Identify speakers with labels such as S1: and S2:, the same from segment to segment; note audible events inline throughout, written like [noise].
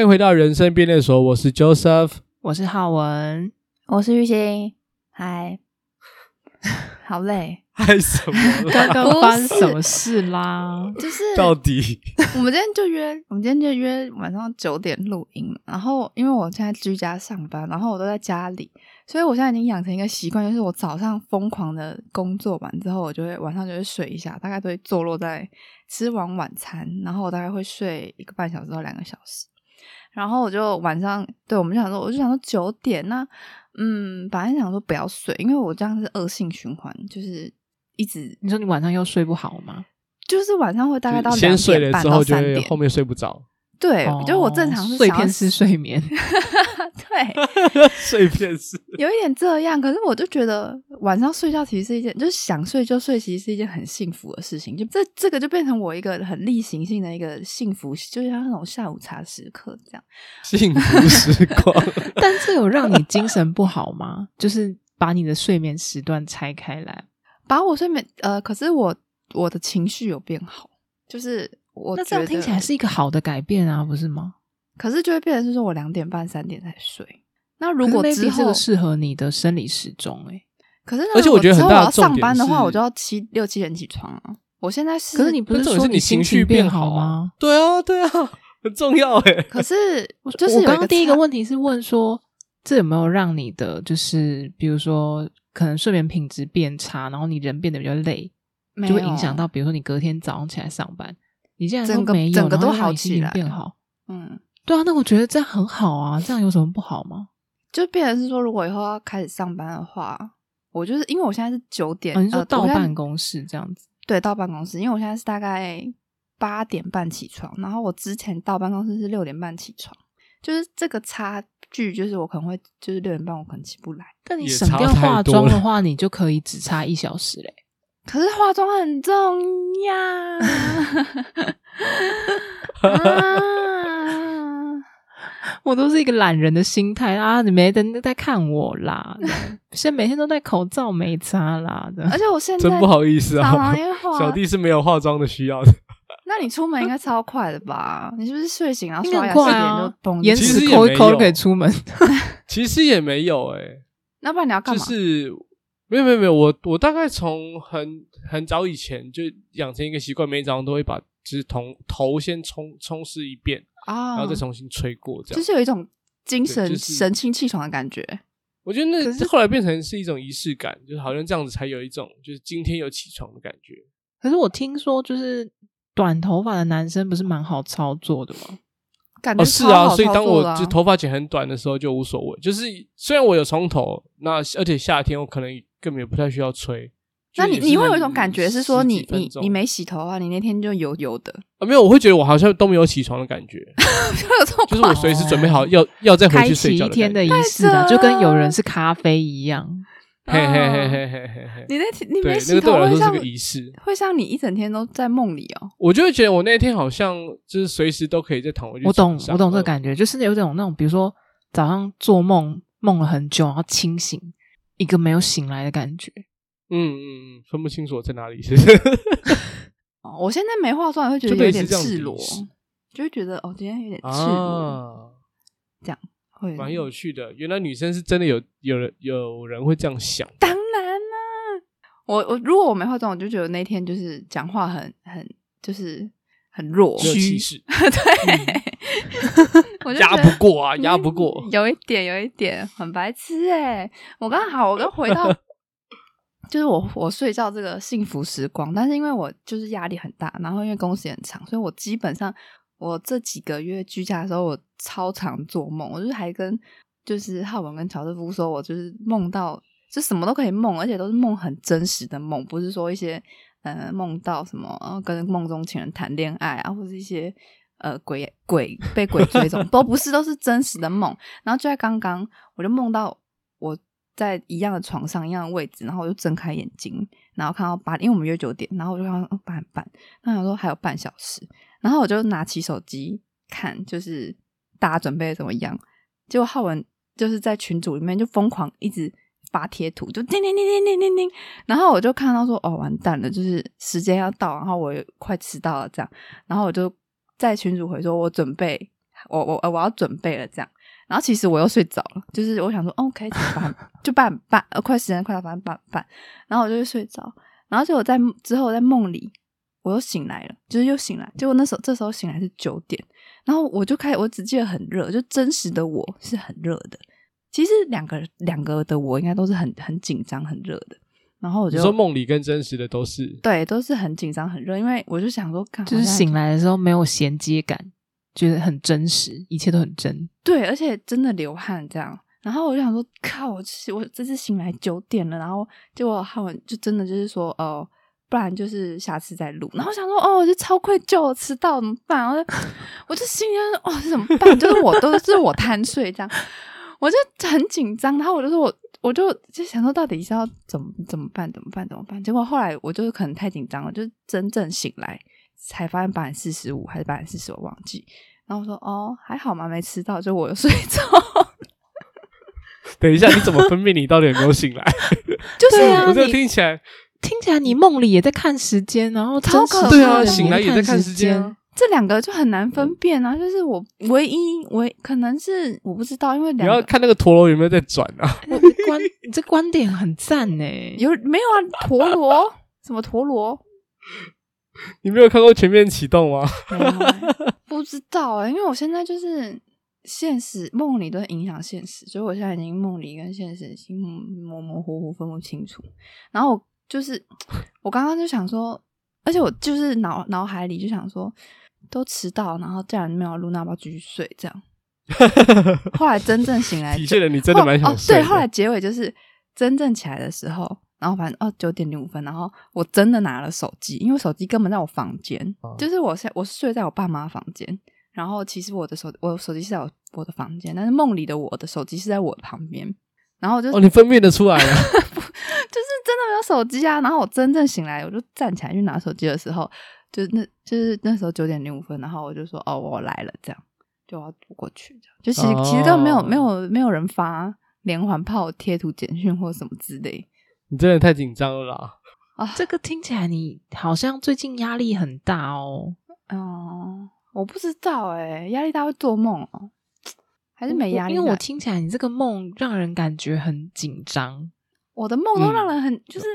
S1: 迎回到人生便利的所，我是 Joseph。
S2: 我是浩
S3: [laughs]
S2: 文，
S3: 我是玉兴，嗨， [laughs] 好累， [laughs]
S1: 嗨什么啦？
S2: 刚刚发生什么事啦？
S3: 就是
S1: 到底
S3: 我们今天就约，我们今天就约晚上九点录音嘛。然后因为我现在居家上班，然后我都在家里，所以我现在已经养成一个习惯，就是我早上疯狂的工作完之后，我就会晚上就会睡一下，大概都会坐落在吃完晚餐，然后我大概会睡一个半小时到两个小时。然后我就晚上，对我们就想说，我就想说九点那，嗯，本来想说不要睡，因为我这样是恶性循环，就是一直
S2: 你说你晚上又睡不好吗？
S3: 就是晚上 [laughs] 会大概到
S1: 先
S3: 两
S1: 睡
S3: 点
S1: 了
S3: 半
S1: 之
S3: 到
S1: 后，就
S3: 三
S1: 会
S3: 点，
S1: 后面睡不着，
S3: 对，
S2: 哦
S3: 就是我正常是
S2: 碎
S3: 想要
S2: 片式睡眠， [laughs]
S3: 对，
S1: 碎片 [laughs] 式。
S3: 有一点这样。可是我就觉得晚上睡觉其实是一件，就是想睡就睡，其实是一件很幸福的事情。就这这个就变成我一个很例行性的一个幸福，就是像那种下午茶时刻这样。
S1: 幸 [laughs] 福时光， [laughs]
S2: 但这有让你精神不好吗？就是把你的睡眠时段拆开来，
S3: 把我睡眠呃，可是我我的情绪有变好，就是我
S2: 那这样
S3: 觉
S2: 听
S3: 得
S2: 起来是一个好的改变啊，不是吗？
S3: 可是就会变成是说我两点半三点才睡。那如果
S2: 可是
S3: 之
S2: maybe 这
S3: 后
S2: 个，适合你的生理时钟哎，
S3: 可是那
S1: 而且
S3: 如
S1: 我
S3: 果
S1: 觉得
S3: 之
S1: 很
S3: 后
S1: 大
S3: 我
S1: 的
S3: 要
S1: 重
S3: 上
S1: 点
S3: 班的话，
S1: 是
S3: 我就要七六七点起床啊。我现在是，
S2: 可是你不
S1: 不是重点
S2: 说
S1: 是你
S2: 心
S1: 情绪
S2: 变
S1: 变
S2: 好
S1: 好
S2: 吗？
S1: 对啊，对啊，很重要哎。
S3: 可是
S2: 我
S3: 就是
S2: 我
S3: 有
S2: 刚刚第一
S3: 差
S2: 个问题是问说，这有没有让你的就是比如说可能睡眠品质变差，然后你人变得比较累，
S3: 没
S2: 就会
S3: 有啊
S2: 影响到比如说你隔天早上起来上班，你竟然
S3: 整
S2: 说
S3: 个
S2: 没有，
S3: 整个
S2: 然后
S3: 都
S2: 让
S3: 好
S2: 你心
S3: 起
S2: 情
S3: 来
S2: 变好。
S3: 嗯，
S2: 对啊，那我觉得这样很好啊，这样有什么不好吗？
S3: 就变成是说，如果以后要开始上班的话，我就是因为我现在是九点，
S2: 哦、你说
S3: 呃
S2: 到
S3: 我现在
S2: 办公室这样子，
S3: 对到办公室，因为我现在是大概八点半起床，然后我之前到办公室是六点半起床，就是这个差距，就是我可能会就是六点半我可能起不来，
S2: 但你
S1: 也
S2: 省
S1: 差
S2: 掉
S1: 太
S2: 化
S1: 多
S2: 妆的
S1: 了
S2: 话，你就可以只差一小时嘞。
S3: 可是化妆很重要啊，
S2: 我都是一个懒人的心态啊！你没人在看我啦，这样 [laughs] 现在每天都戴口罩没擦啦的。
S3: 而且我现在
S1: 真不好意思
S3: 常常
S1: 啊，
S3: 因为化
S1: 小弟是没有化妆的需要的。
S3: 那你出门应该超快的吧？你是不是睡醒然后
S2: 应
S3: 刷
S2: 该
S3: 牙
S2: 很
S3: 洗
S2: 快
S3: 脸就
S2: 啊
S3: 蹦，
S2: 延
S3: 进去
S1: 其
S2: 迟
S1: 实也
S2: 扣
S1: 没
S2: 一扣
S1: 有
S2: 就可以出门。 [laughs]
S1: 其实也没有哎、
S3: 那不然你要干
S1: 就
S3: 嘛？
S1: 是没有没有没有，我我大概从很很早以前就养成一个习惯，每天早上都会把就是头头先冲冲湿一遍，
S3: 啊，
S1: 然后再重新吹过这样。
S3: 就是有一种精神、
S1: 对就是
S3: 神清气爽的感觉。
S1: 我觉得那
S2: 可是
S1: 后来变成是一种仪式感，就是好像这样子才有一种就是今天有起床的感觉。
S2: 可是我听说，就是短头发的男生不是蛮好操作的吗？
S3: 感觉
S1: 哦，是啊，
S3: 超好
S1: 所以当我
S3: 操作的啊
S1: 就头发剪很短的时候就无所谓，就是虽然我有冲头，那而且夏天我可能根本也不太需要吹。
S3: 那
S1: 就
S3: 你
S1: 也是
S3: 你会有一
S1: 很
S3: 种感觉是说
S1: 十
S3: 你
S1: 几分
S3: 你
S1: 钟
S3: 你没洗头啊，你那天就油油
S1: [laughs]
S3: 的，
S1: 啊没有，我会觉得我好像都没有起床的感
S3: [laughs]
S1: 觉，
S3: 就有这种
S1: 就是我随时准备
S3: 哦
S1: 好要要再回
S2: 开
S1: 去睡
S2: 启
S1: 觉
S2: 一天
S1: 感
S2: 的仪
S1: 觉
S2: 式啊，
S3: 太扯
S2: 就跟有人是咖啡一样。
S1: 嘿嘿嘿嘿嘿嘿嘿，
S3: 嗯你那天你没
S1: 对，那
S3: 洗
S1: 个对
S3: 头
S1: 我来说
S3: 会
S1: 是
S3: 像
S1: 个仪式。
S3: 会像你一整天都在梦里哦。
S1: 我就会觉得我那天好像就是随时都可以再躺回去
S2: 我懂，
S1: 床上。嗯
S2: 我懂这个
S1: 觉。
S2: 感觉，就是有种那种，比如说早上做梦梦了很久，然后清醒，一个没有醒来的感觉。
S1: 嗯嗯嗯，分不清楚我在哪里。 [laughs]
S3: 哦我现在没化妆也会觉
S1: 就
S3: 得
S1: 类
S3: 有
S1: 似
S3: 点
S1: 这样的
S3: 赤
S1: 仪
S3: 裸
S1: 式，
S3: 就会觉得哦，今天有点赤裸，
S1: 啊，
S3: 会
S1: 蛮有趣的。原来女生是真的有有人有人会这样想，
S3: 当然啦、我我如果我没化妆，我就觉得那天就是讲话很很就是很弱，
S1: 只有歧视，
S3: [laughs] 对，我就
S1: 压
S3: 觉得
S1: 不过啊，压不过
S3: 嗯。有一点有一点很白痴哎、我刚好我刚回到，就是我我睡觉这个幸福时光，但是因为我就是压力很大，然后因为公司也很长，所以我基本上我这几个月居家的时候，我超常做梦，我就是还跟就是浩文跟乔治夫说，我就是梦到就什么都可以梦，而且都是梦很真实的梦，不是说一些呃梦到什么、呃、跟梦中情人谈恋爱啊，或是一些呃鬼鬼被鬼追踪，都不是，都是真实的梦。然后就在刚刚，我就梦到我在一样的床上、一样的位置，然后我就睁开眼睛，然后看到八，因为我们约九点，然后我就看到哦八点半，那想说还有半小时，然后我就拿起手机看，就是大家准备得怎么样。结果浩文就是在群组里面就疯狂一直发贴图，就叮叮叮叮叮叮叮，然后我就看到说哦完蛋了，就是时间要到，然后我也快迟到了这样，然后我就在群组回说，我准备我我呃我要准备了这样。然后其实我又睡着了，就是我想说，OK，八哦就八点半，呃，快时间快到，反正八点半。然后我就会睡着，然后结果在之后在梦里我又醒来了，就是又醒来。结果那时候这时候醒来是九点，然后我就开始，我只记得很热，就真实的我是很热的。其实两个两个的我应该都是很很紧张、很热的。然后我
S1: 你
S3: 就
S1: 说梦里跟真实的都是，
S3: 对，都是很紧张、很热，因为我就想说，干
S2: 就是
S3: 好像
S2: 醒来的时候没有衔接感，觉得很真实，一切都很真。
S3: 对，而且真的流汗这样。然后我就想说，靠，我这我这次醒来九点了，然后结果汉文就真的就是说，哦、不然就是下次再录。然后我想说，哦，我就超愧疚，我迟到怎么办？然后就我就心里想说，哦，这怎么办？就是我都是我贪睡这样，我就很紧张。然后我就说我我就就想说，到底是要怎么怎么办？怎么办？怎么办？结果后来我就是可能太紧张了，就是真正醒来才发现八点四十五还是八点四十，我忘记。然后我说哦，还好嘛，没吃到，就我有睡着， [laughs]
S1: 等一下你怎么分辨你到底有没有
S3: [laughs]
S1: 醒来？
S3: 就是
S2: 对啊
S1: 我这
S2: 你
S1: 听起来，
S2: 听起来你梦里也在看时间，然后
S3: 嗯超
S2: 真实
S3: 可
S1: 对
S3: 怕
S1: 啊，
S3: 的
S1: 醒来也在看
S2: 看
S1: 时间啊。
S3: 这两个就很难分
S1: 嗯
S3: 辨啊。就是我唯一唯可能是我不知道，因为
S1: 你
S3: 两
S1: 要
S3: 个
S1: 看那个陀螺有没有在转啊？ [laughs]
S2: 我哎你观你这观点很赞呢、
S3: 有没有啊？陀螺什么陀螺？
S1: 你没有看过全面启动吗？
S3: 没有欸 [laughs] 不知道哎、因为我现在就是现实梦里都影响现实，所以我现在已经梦里跟现实已经模模糊糊分不清楚。然后我就是我刚刚就想说，而且我就是脑脑海里就想说，都迟到，然后既然没有录，那要不要继续睡？这样。后来真正
S1: [laughs]
S3: 醒来
S1: 体
S3: 就，
S1: 现了你真的蛮想
S3: 哦。
S1: 睡
S3: 对，
S1: 的。
S3: 后来结尾就是真正起来的时候，然后反正哦九点零五分，然后我真的拿了手机，因为手机根本在我房间，
S1: 哦
S3: 就是我现我睡在我爸妈房间，然后其实我的手我手机是在我我的房间，但是梦里的我的手机是在我旁边，然后我就、
S1: 哦，你分辨得出来了。
S3: 就是真的没有手机啊，然后我真正醒来，我就站起来去拿手机的时候，就是那就是那时候九点零五分，然后我就说哦我来了这样。就要走过去，这样就其
S2: 哦
S3: 实、其实根本没有没有没有人发连环炮贴图简讯或什么之类，
S1: [laughs] 你真的太紧张了啦！
S2: 这个听起来你好像最近压力很大哦。
S3: 哦，我不知道哎、压力大会做梦哦，还是没压力啊
S2: 因为
S3: 大
S2: 我听起来你这个梦让人感觉很紧张，
S3: 我的梦都让人很、就是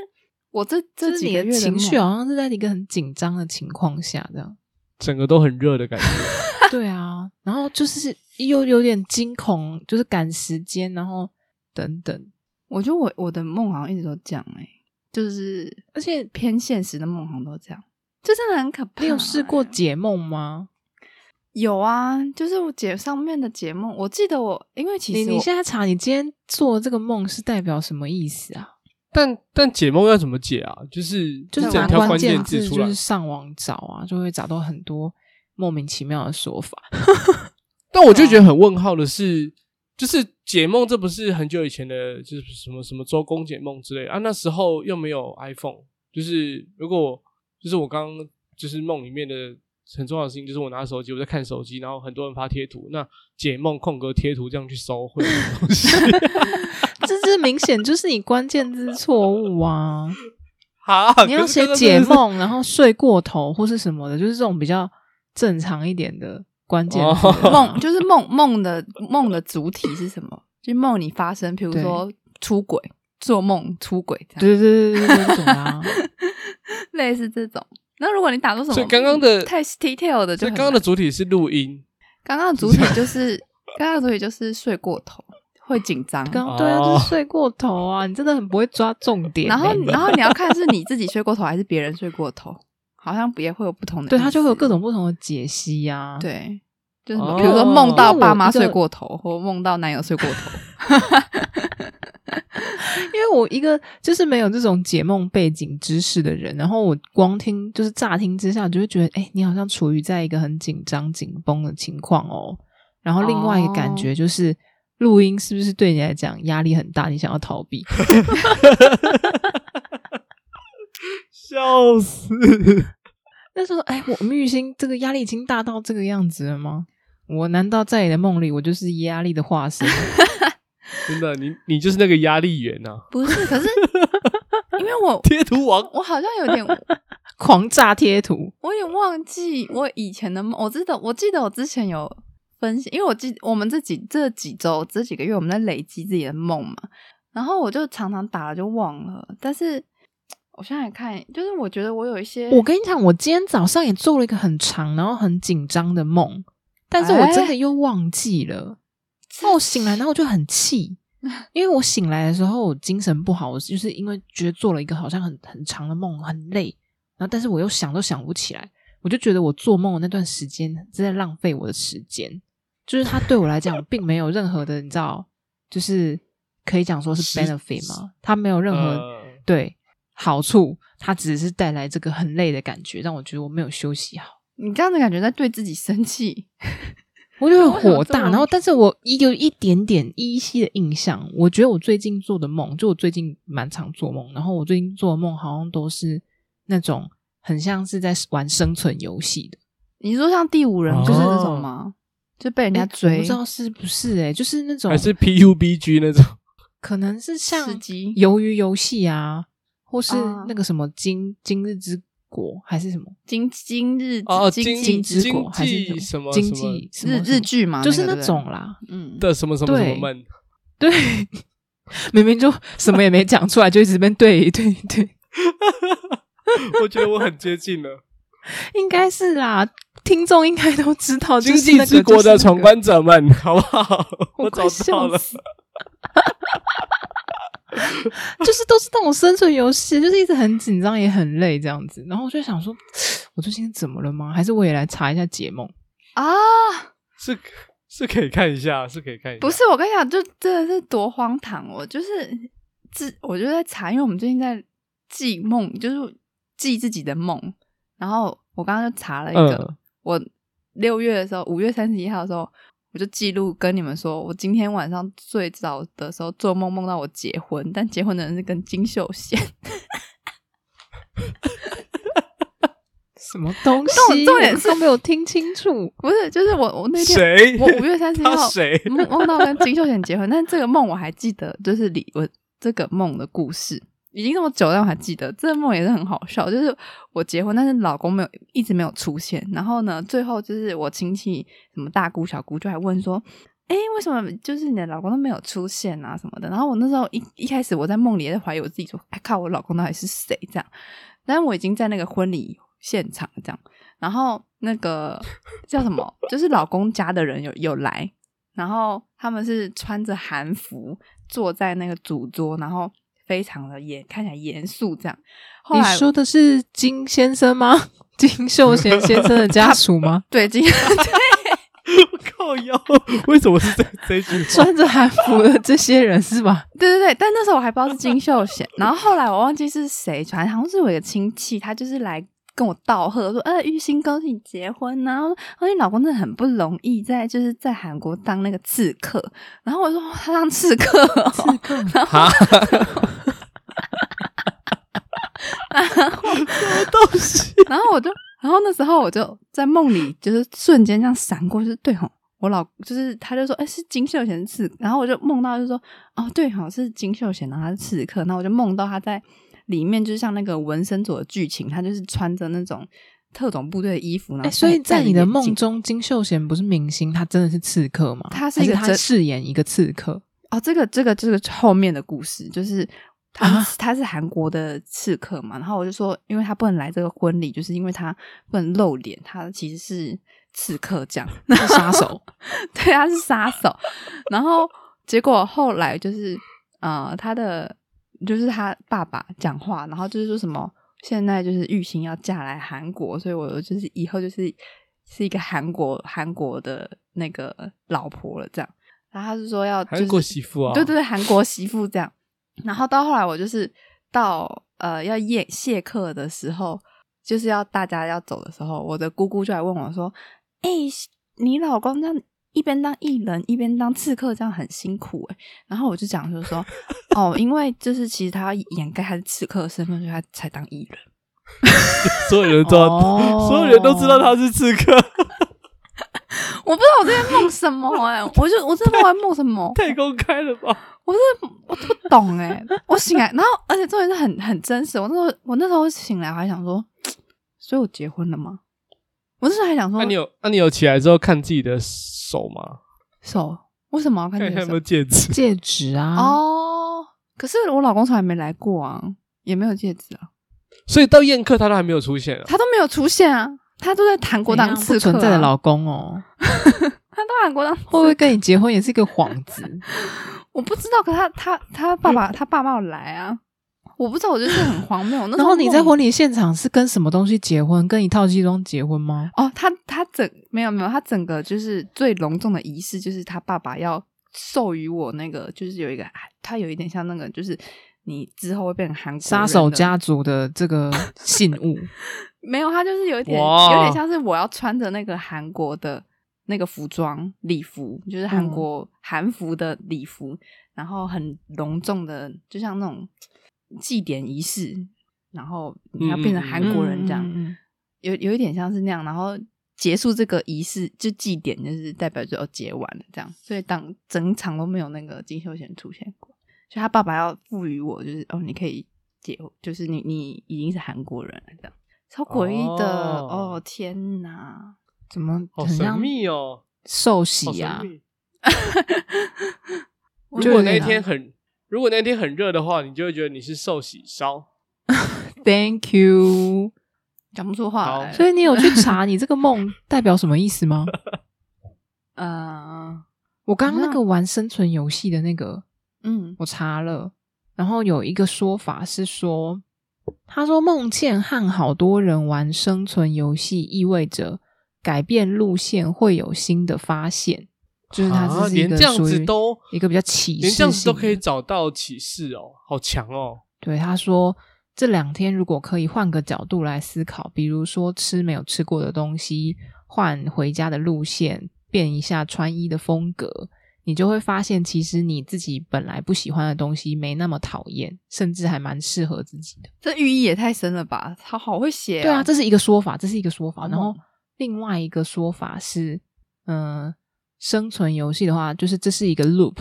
S3: 我这
S2: 嗯就
S3: 这
S2: 是
S3: 几
S2: 你
S3: 个
S2: 的
S3: 月
S2: 情绪
S3: 啊，
S2: 好像是在一个很紧张的情况下这
S3: [laughs]
S2: 样。
S1: 整个都很热的感觉。
S2: 对啊，然后就是又有点惊恐，就是赶时间，然后等等，
S3: 我觉得我我的梦好像一直都这样哎、就是
S2: 而且
S3: 偏现实的梦好像都这样，就真的很可怕、欸
S2: 你有试过解梦吗？
S3: 有啊，就是我姐上面的解梦，我记得我因为其
S2: 你
S3: 实我
S2: 你
S3: [laughs]
S2: 现在查你今天做的这个梦是代表什么意思啊？
S1: 但但解梦要怎么解啊？就是
S2: 就是
S1: 整
S2: 拿
S1: 条关
S2: 键
S1: 字出
S2: 就
S1: 来
S2: 是。上网找啊，就会找到很多莫名其妙的说法。
S1: 但我就
S2: 嗯
S1: 觉得很问号的是，就是解梦这不是很久以前的，就是什么什么周公解梦之类的啊？那时候又没有 iPhone，就是如果就是我刚刚就是梦里面的很重要的事情，就是我拿手机我在看手机，然后很多人发贴图，那解梦空格贴图这样去搜会有什么东西 [laughs]
S2: 这这明显就是你关键字错误啊！
S1: 啊？
S2: 你要
S1: 可是
S2: 写
S1: 刚刚真
S2: 解
S1: 的是
S2: 梦，然后睡过头或是什么的，就是这种比较正常一点的关键
S1: [laughs]
S2: 字
S1: 哦
S3: 梦就是梦梦的梦的主体是什么？就是梦你发生，比如
S2: 对
S3: 说出轨、做梦、出轨这 [laughs] 样，
S2: 对对对对对，这种啊，
S1: [laughs]
S3: 类似这种。那如果你打出什么，
S1: 所以刚刚的
S3: 太 detail 的就
S1: 所以
S3: 很
S1: 刚刚的主体是录音，
S3: 刚刚的主体就是刚刚的主体就是睡过头，会紧张。
S2: 刚
S1: 哦
S2: 对啊，就是睡过头啊，你真的很不会抓重点欸。
S3: 然后然后你要看是你自己睡过头还是别人睡过头，好像也会有不同的意思。
S2: [laughs] 对它就会有各种不同的解析呀。，
S3: 对。就是
S1: 哦
S3: 比如说梦到
S2: 因为我
S3: 爸妈
S2: 一个
S3: 睡过头，或梦到男友睡过头，
S2: 因为我一个就是没有这种解梦背景知识的人，然后我光听就是乍听之下，就会觉得，哎、你好像处于在一个很紧张、紧绷的情况哦。然后另外一个
S3: 哦
S2: 感觉就是，录音是不是对你来讲压力很大？你想要逃避？
S1: 笑死！
S2: 那时候，哎、我木星这个压力已经大到这个样子了吗？我难道在你的梦里，我就是压力的化身？ [laughs]
S1: 真的，你你就是那个压力源呐、啊，
S3: [laughs]
S1: 呃
S3: 不是？可 [laughs] 是因为我
S1: 贴图王。
S3: 我好像有点
S2: 狂炸贴图，
S3: 我有点忘记我以前的梦，我记得我记得我之前有分析，因为我记我们这几这几周这几个月我们在累积自己的梦嘛，然后我就常常打了就忘了，但是我现在看，就是我觉得我有一些，
S2: 我跟你讲，我今天早上也做了一个很长然后很紧张的梦，但是我真的又忘记了。那、我醒来，然后我就很气，因为我醒来的时候我精神不好，我就是因为觉得做了一个好像很很长的梦，很累，然后但是我又想都想不起来，我就觉得我做梦的那段时间是在浪费我的时间，就是它对我来讲并没有任何的，你知道，就是可以讲说是
S1: 是
S2: benefit 吗？它没有任何、
S1: 呃
S2: 对好处，它只是带来这个很累的感觉，让我觉得我没有休息好。
S3: 你这样子感觉在对自己生气，
S2: 我就很火
S3: 为什么这么
S2: 大，然后但是我一有一点点依稀的印象，我觉得我最近做的梦，就我最近蛮常做梦，然后我最近做的梦好像都是那种很像是在玩生存游戏的，
S3: 你说像第五人
S1: 哦
S3: 就是这种吗？就被人家
S2: 哎诶我
S3: 追
S2: 不知，道是不是哎、就是那种
S1: 还是 PUBG 那种， [laughs]
S2: 可能是像
S3: 吃鸡
S2: 鱿鱼游戏啊，或是
S3: 啊
S2: 那个什么今今日之国还是什么
S3: 今今日
S1: 哦
S3: 经
S1: 今
S2: 今
S3: 之
S2: 之
S1: 经
S2: 国还是
S1: 济
S2: 什
S1: 什么
S2: 么经
S1: 什么
S2: 济什么
S3: 日
S2: 什
S3: 日
S2: 么
S3: 剧嘛，
S2: 就是
S3: 那个
S2: 啊那种，
S3: 对
S2: 啦，
S3: 不对嗯，
S1: 的什么什么什么
S2: 对
S1: 们，
S2: 对，明明就什么也没讲出来，就一直被对对对，
S1: [laughs] 我觉得我很接近了。
S2: 应该是啦，听众应该都知道，
S1: 经
S2: 就是
S1: 济
S2: 那个
S1: 之国的闯，
S2: 就是
S1: 关者们，好不好？
S2: 我
S1: 我
S2: 快
S1: 找
S2: 笑
S1: 到了，
S2: 死那个就是都是那种生存游戏，就是一直很紧张，也很累这样子。然后我就想说，我最近怎么了吗？还是我也来查一下解梦？
S3: 啊，
S1: 是是可以看一下，是可以看一下。
S3: 不是，我跟你讲，就真的是多荒唐哦！就是自我就在查，因为我们最近在记梦，就是记自己的梦。然后我刚刚就查了一个，
S1: 嗯
S3: 我六月的时候，五月三十一号的时候，我就记录跟你们说，我今天晚上最早的时候做梦梦到我结婚，但结婚的人是跟金秀贤。 [laughs]
S2: 什么 [laughs] 东
S3: 重
S2: 西？
S3: 重点
S2: 我
S3: 是
S2: 都没有听清楚。
S3: 不是，就是我我那天
S1: 谁？
S3: 我五月三十
S1: [laughs]
S3: 一
S1: 他
S3: 号
S1: 谁？
S3: 梦梦到跟金秀贤结婚，但这个梦我还记得，就是李我这个梦的故事已经这么久了，但我还记得这个梦也是很好笑。就是我结婚，但是老公没有一直没有出现，然后呢，最后就是我亲戚什么大姑小姑就还问说。哎，为什么就是你的老公都没有出现啊什么的？然后我那时候一一开始我在梦里也在怀疑我自己说，哎靠，我老公到底是谁这样？但是我已经在那个婚礼现场这样，然后那个叫什么，就是老公家的人有有来，然后他们是穿着韩服坐在那个主桌，然后非常的严，看起来严肃这样。后
S2: 你
S3: 来？
S2: 说的是金先生吗？ [laughs] 金秀贤先生的家属吗
S3: 对，今天
S1: 我靠腰， [laughs] 为什么是这这一句话？
S2: [laughs] 穿着韩服的这些人是
S1: [laughs]
S2: 吧？
S3: [laughs] 对对对，但那时候我还不知道是金秀贤，然后后来我忘记是谁传，好像是我一个亲戚，他就是来跟我道贺说：“呃，玉兴恭喜你结婚呐、然后说：“哦，你老公真的很不容易，在就是在韩国当那个刺客。”然后我说：“哦、他当刺客、哦。”
S1: 哈，
S3: 然后我就，然后那时候我就在梦里，就是瞬间这样闪过，就是对吼，我老就是他就说，哎、是金秀贤刺，然后我就梦到就说，哦对吼，是金秀贤，然啊后他是刺客，然后我就梦到他在里面，就是像那个纹身佐的剧情，他就是穿着那种特种部队的衣服，然
S2: 哎、
S3: 后戴、
S2: 所以在
S3: 戴着
S2: 你的
S3: 眼
S2: 梦
S3: 镜
S2: 中，金秀贤不是明星，他真的是刺客吗？
S3: 他是
S2: 还
S3: 一
S2: 是
S3: 个
S2: 他
S3: 真
S2: 饰演一个刺客， [laughs]
S3: 哦，这个这个这个后面的故事就是。他
S2: 啊
S3: 他是韩国的刺客嘛，然后我就说，因为他不能来这个婚礼，就是因为他不能露脸，他其实是刺客这样。
S2: 是杀手。
S1: [laughs]
S3: [laughs] 对，他是杀手。然后结果后来就是呃，他的就是他爸爸讲话，然后就是说什么现在就是玉兴要嫁来韩国，所以我就是以后就是是一个韩国韩国的那个老婆了这样。然后他是说要、就是、
S1: 韩国媳妇啊，
S3: 对对对，韩国媳妇这样。然后到后来，我就是到呃要夜谢课的时候，就是要大家要走的时候，我的姑姑就来问我说：“哎、你老公这样一边当艺人一边当刺客，这样很辛苦哎、然后我就讲就是说：“哦，因为就是其实他要掩盖他是刺客的身份，所以他才当艺人。
S1: 所有人都知道，
S2: 哦
S1: 啊所有人都知道他是刺客，
S3: 我不知道我在梦什么哎、我就我真的不知道我在梦什么。
S1: 太公开了吧？
S3: 我是我不懂哎、 [laughs] 我醒来，然后而且重点是很很真实。我那时候我那时候醒来，我还想说，所以我结婚了吗？我那时候还想说
S1: 那你有那你有起来之后看自己的手吗？
S3: 手为什么要看
S1: 看
S3: 这
S1: 一下
S3: 个
S1: 有
S3: 手
S1: 没有？戒指。
S2: 戒指啊，
S3: 哦，可是我老公从来没来过啊，也没有戒指啊，
S1: 所以到宴客他都还没有出现啊。
S3: 他都没有出现啊，他都在韩国当
S2: 怎样
S3: 刺
S2: 不
S3: 客、啊，
S2: 存在的老公 [laughs] 哦，
S3: 他都韩国当刺
S2: 会不会跟你结婚也是一个幌子？
S3: 我不知道，可他他他爸爸他爸妈有来啊，我不知道，我就是很荒谬。那时
S2: 然
S3: 候
S2: 后你在
S3: 梦
S2: 婚礼现场是跟什么东西结婚？跟一套西装结婚吗？
S3: 哦，他他整没有没有，他整个就是最隆重的仪式，就是他爸爸要授予我那个，就是有一个，他有一点像那个，就是你之后会变成韩国
S2: 杀
S3: 人
S2: 手
S3: 的
S2: 家族的这个信 [laughs] 物，
S3: 没有，他就是有一点
S1: 哇
S3: 有点像是我要穿着那个韩国的那个服装礼服，就是
S2: 嗯
S3: 韩国韩服的礼服，然后很隆重的，就像那种祭典仪式，然后你要变成韩国人这样，
S2: 嗯嗯嗯嗯
S3: 有有一点像是那样，然后。结束这个仪式，就祭典，就是代表着哦结完了这样，所以当整场都没有那个金秀贤出现过，所以他爸爸要赋予我，就是哦你可以结，就是你你已经是韩国人了这样。超诡异的
S1: 哦
S3: 哦天哪！
S2: 怎么
S1: 好
S2: 很
S1: 神
S2: 像
S1: 秘哦，
S2: 寿
S1: 好
S2: 喜
S1: 神
S2: 啊？
S1: 秘。
S3: 我
S1: 如果
S2: 就
S1: 那
S2: 是
S1: 一
S2: 啊
S1: 天很，如果那一天很热的话，你就会觉得你是寿喜烧。
S2: Thank you。
S3: 讲不出话
S1: 好
S3: 来，
S2: 所以你有去查你这个梦代表什么意思吗？
S3: 呃
S2: 我刚刚那
S1: 啊
S3: 好
S2: 个
S3: 像
S2: 玩生存游戏的那个，
S3: 嗯
S2: 我查了，然后有一个说法是说，他说梦见和好多人玩生存游戏，意味着改变路线会有新的发现，就是它
S1: 啊
S2: 只是一
S1: 连
S2: 个
S1: 这样
S2: 属
S1: 子
S2: 于
S1: 都
S2: 一个比较启示性的，
S1: 连这样子都可以找到启示哦，好强哦！
S2: 对，他说这两天如果可以换个角度来思考，比如说吃没有吃过的东西，换回家的路线，变一下穿衣的风格，你就会发现其实你自己本来不喜欢的东西没那么讨厌，甚至还蛮适合自己的。
S3: 这寓意也太深了吧？他好会写、
S2: 对啊，这是一个说法，这是一个说法。
S3: 好
S2: 然后
S3: 猛
S2: 另外一个说法是，嗯、生存游戏的话，就是这是一个 loop，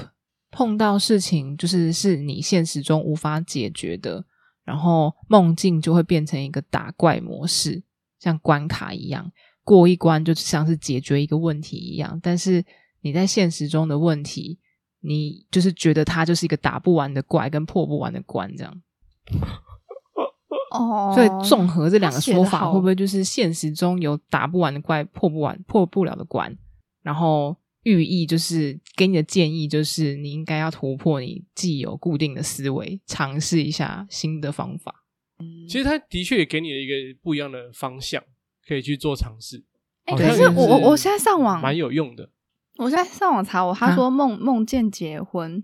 S2: 碰到事情就是是你现实中无法解决的，然后梦境就会变成一个打怪模式，像关卡一样，过一关就像是解决一个问题一样。但是你在现实中的问题，你就是觉得它就是一个打不完的怪跟破不完的关这样。
S3: 哦，
S2: 所以综合这两个说
S3: 他写得
S2: 法，
S3: 好
S2: 会不会就是现实中有打不完的怪、破不完、破不了的关？然后寓意就是给你的建议就是，你应该要突破你既有固定的思维，尝试一下新的方法。
S3: 嗯
S1: 其实他的确也给你了一个不一样的方向，可以去做尝试，
S3: 哎、
S1: 好
S3: 可
S1: 像
S3: 是
S1: 也
S3: 我我我现在上网，
S1: 蛮有用的。
S3: 我现在上网查我，他说梦梦见结婚，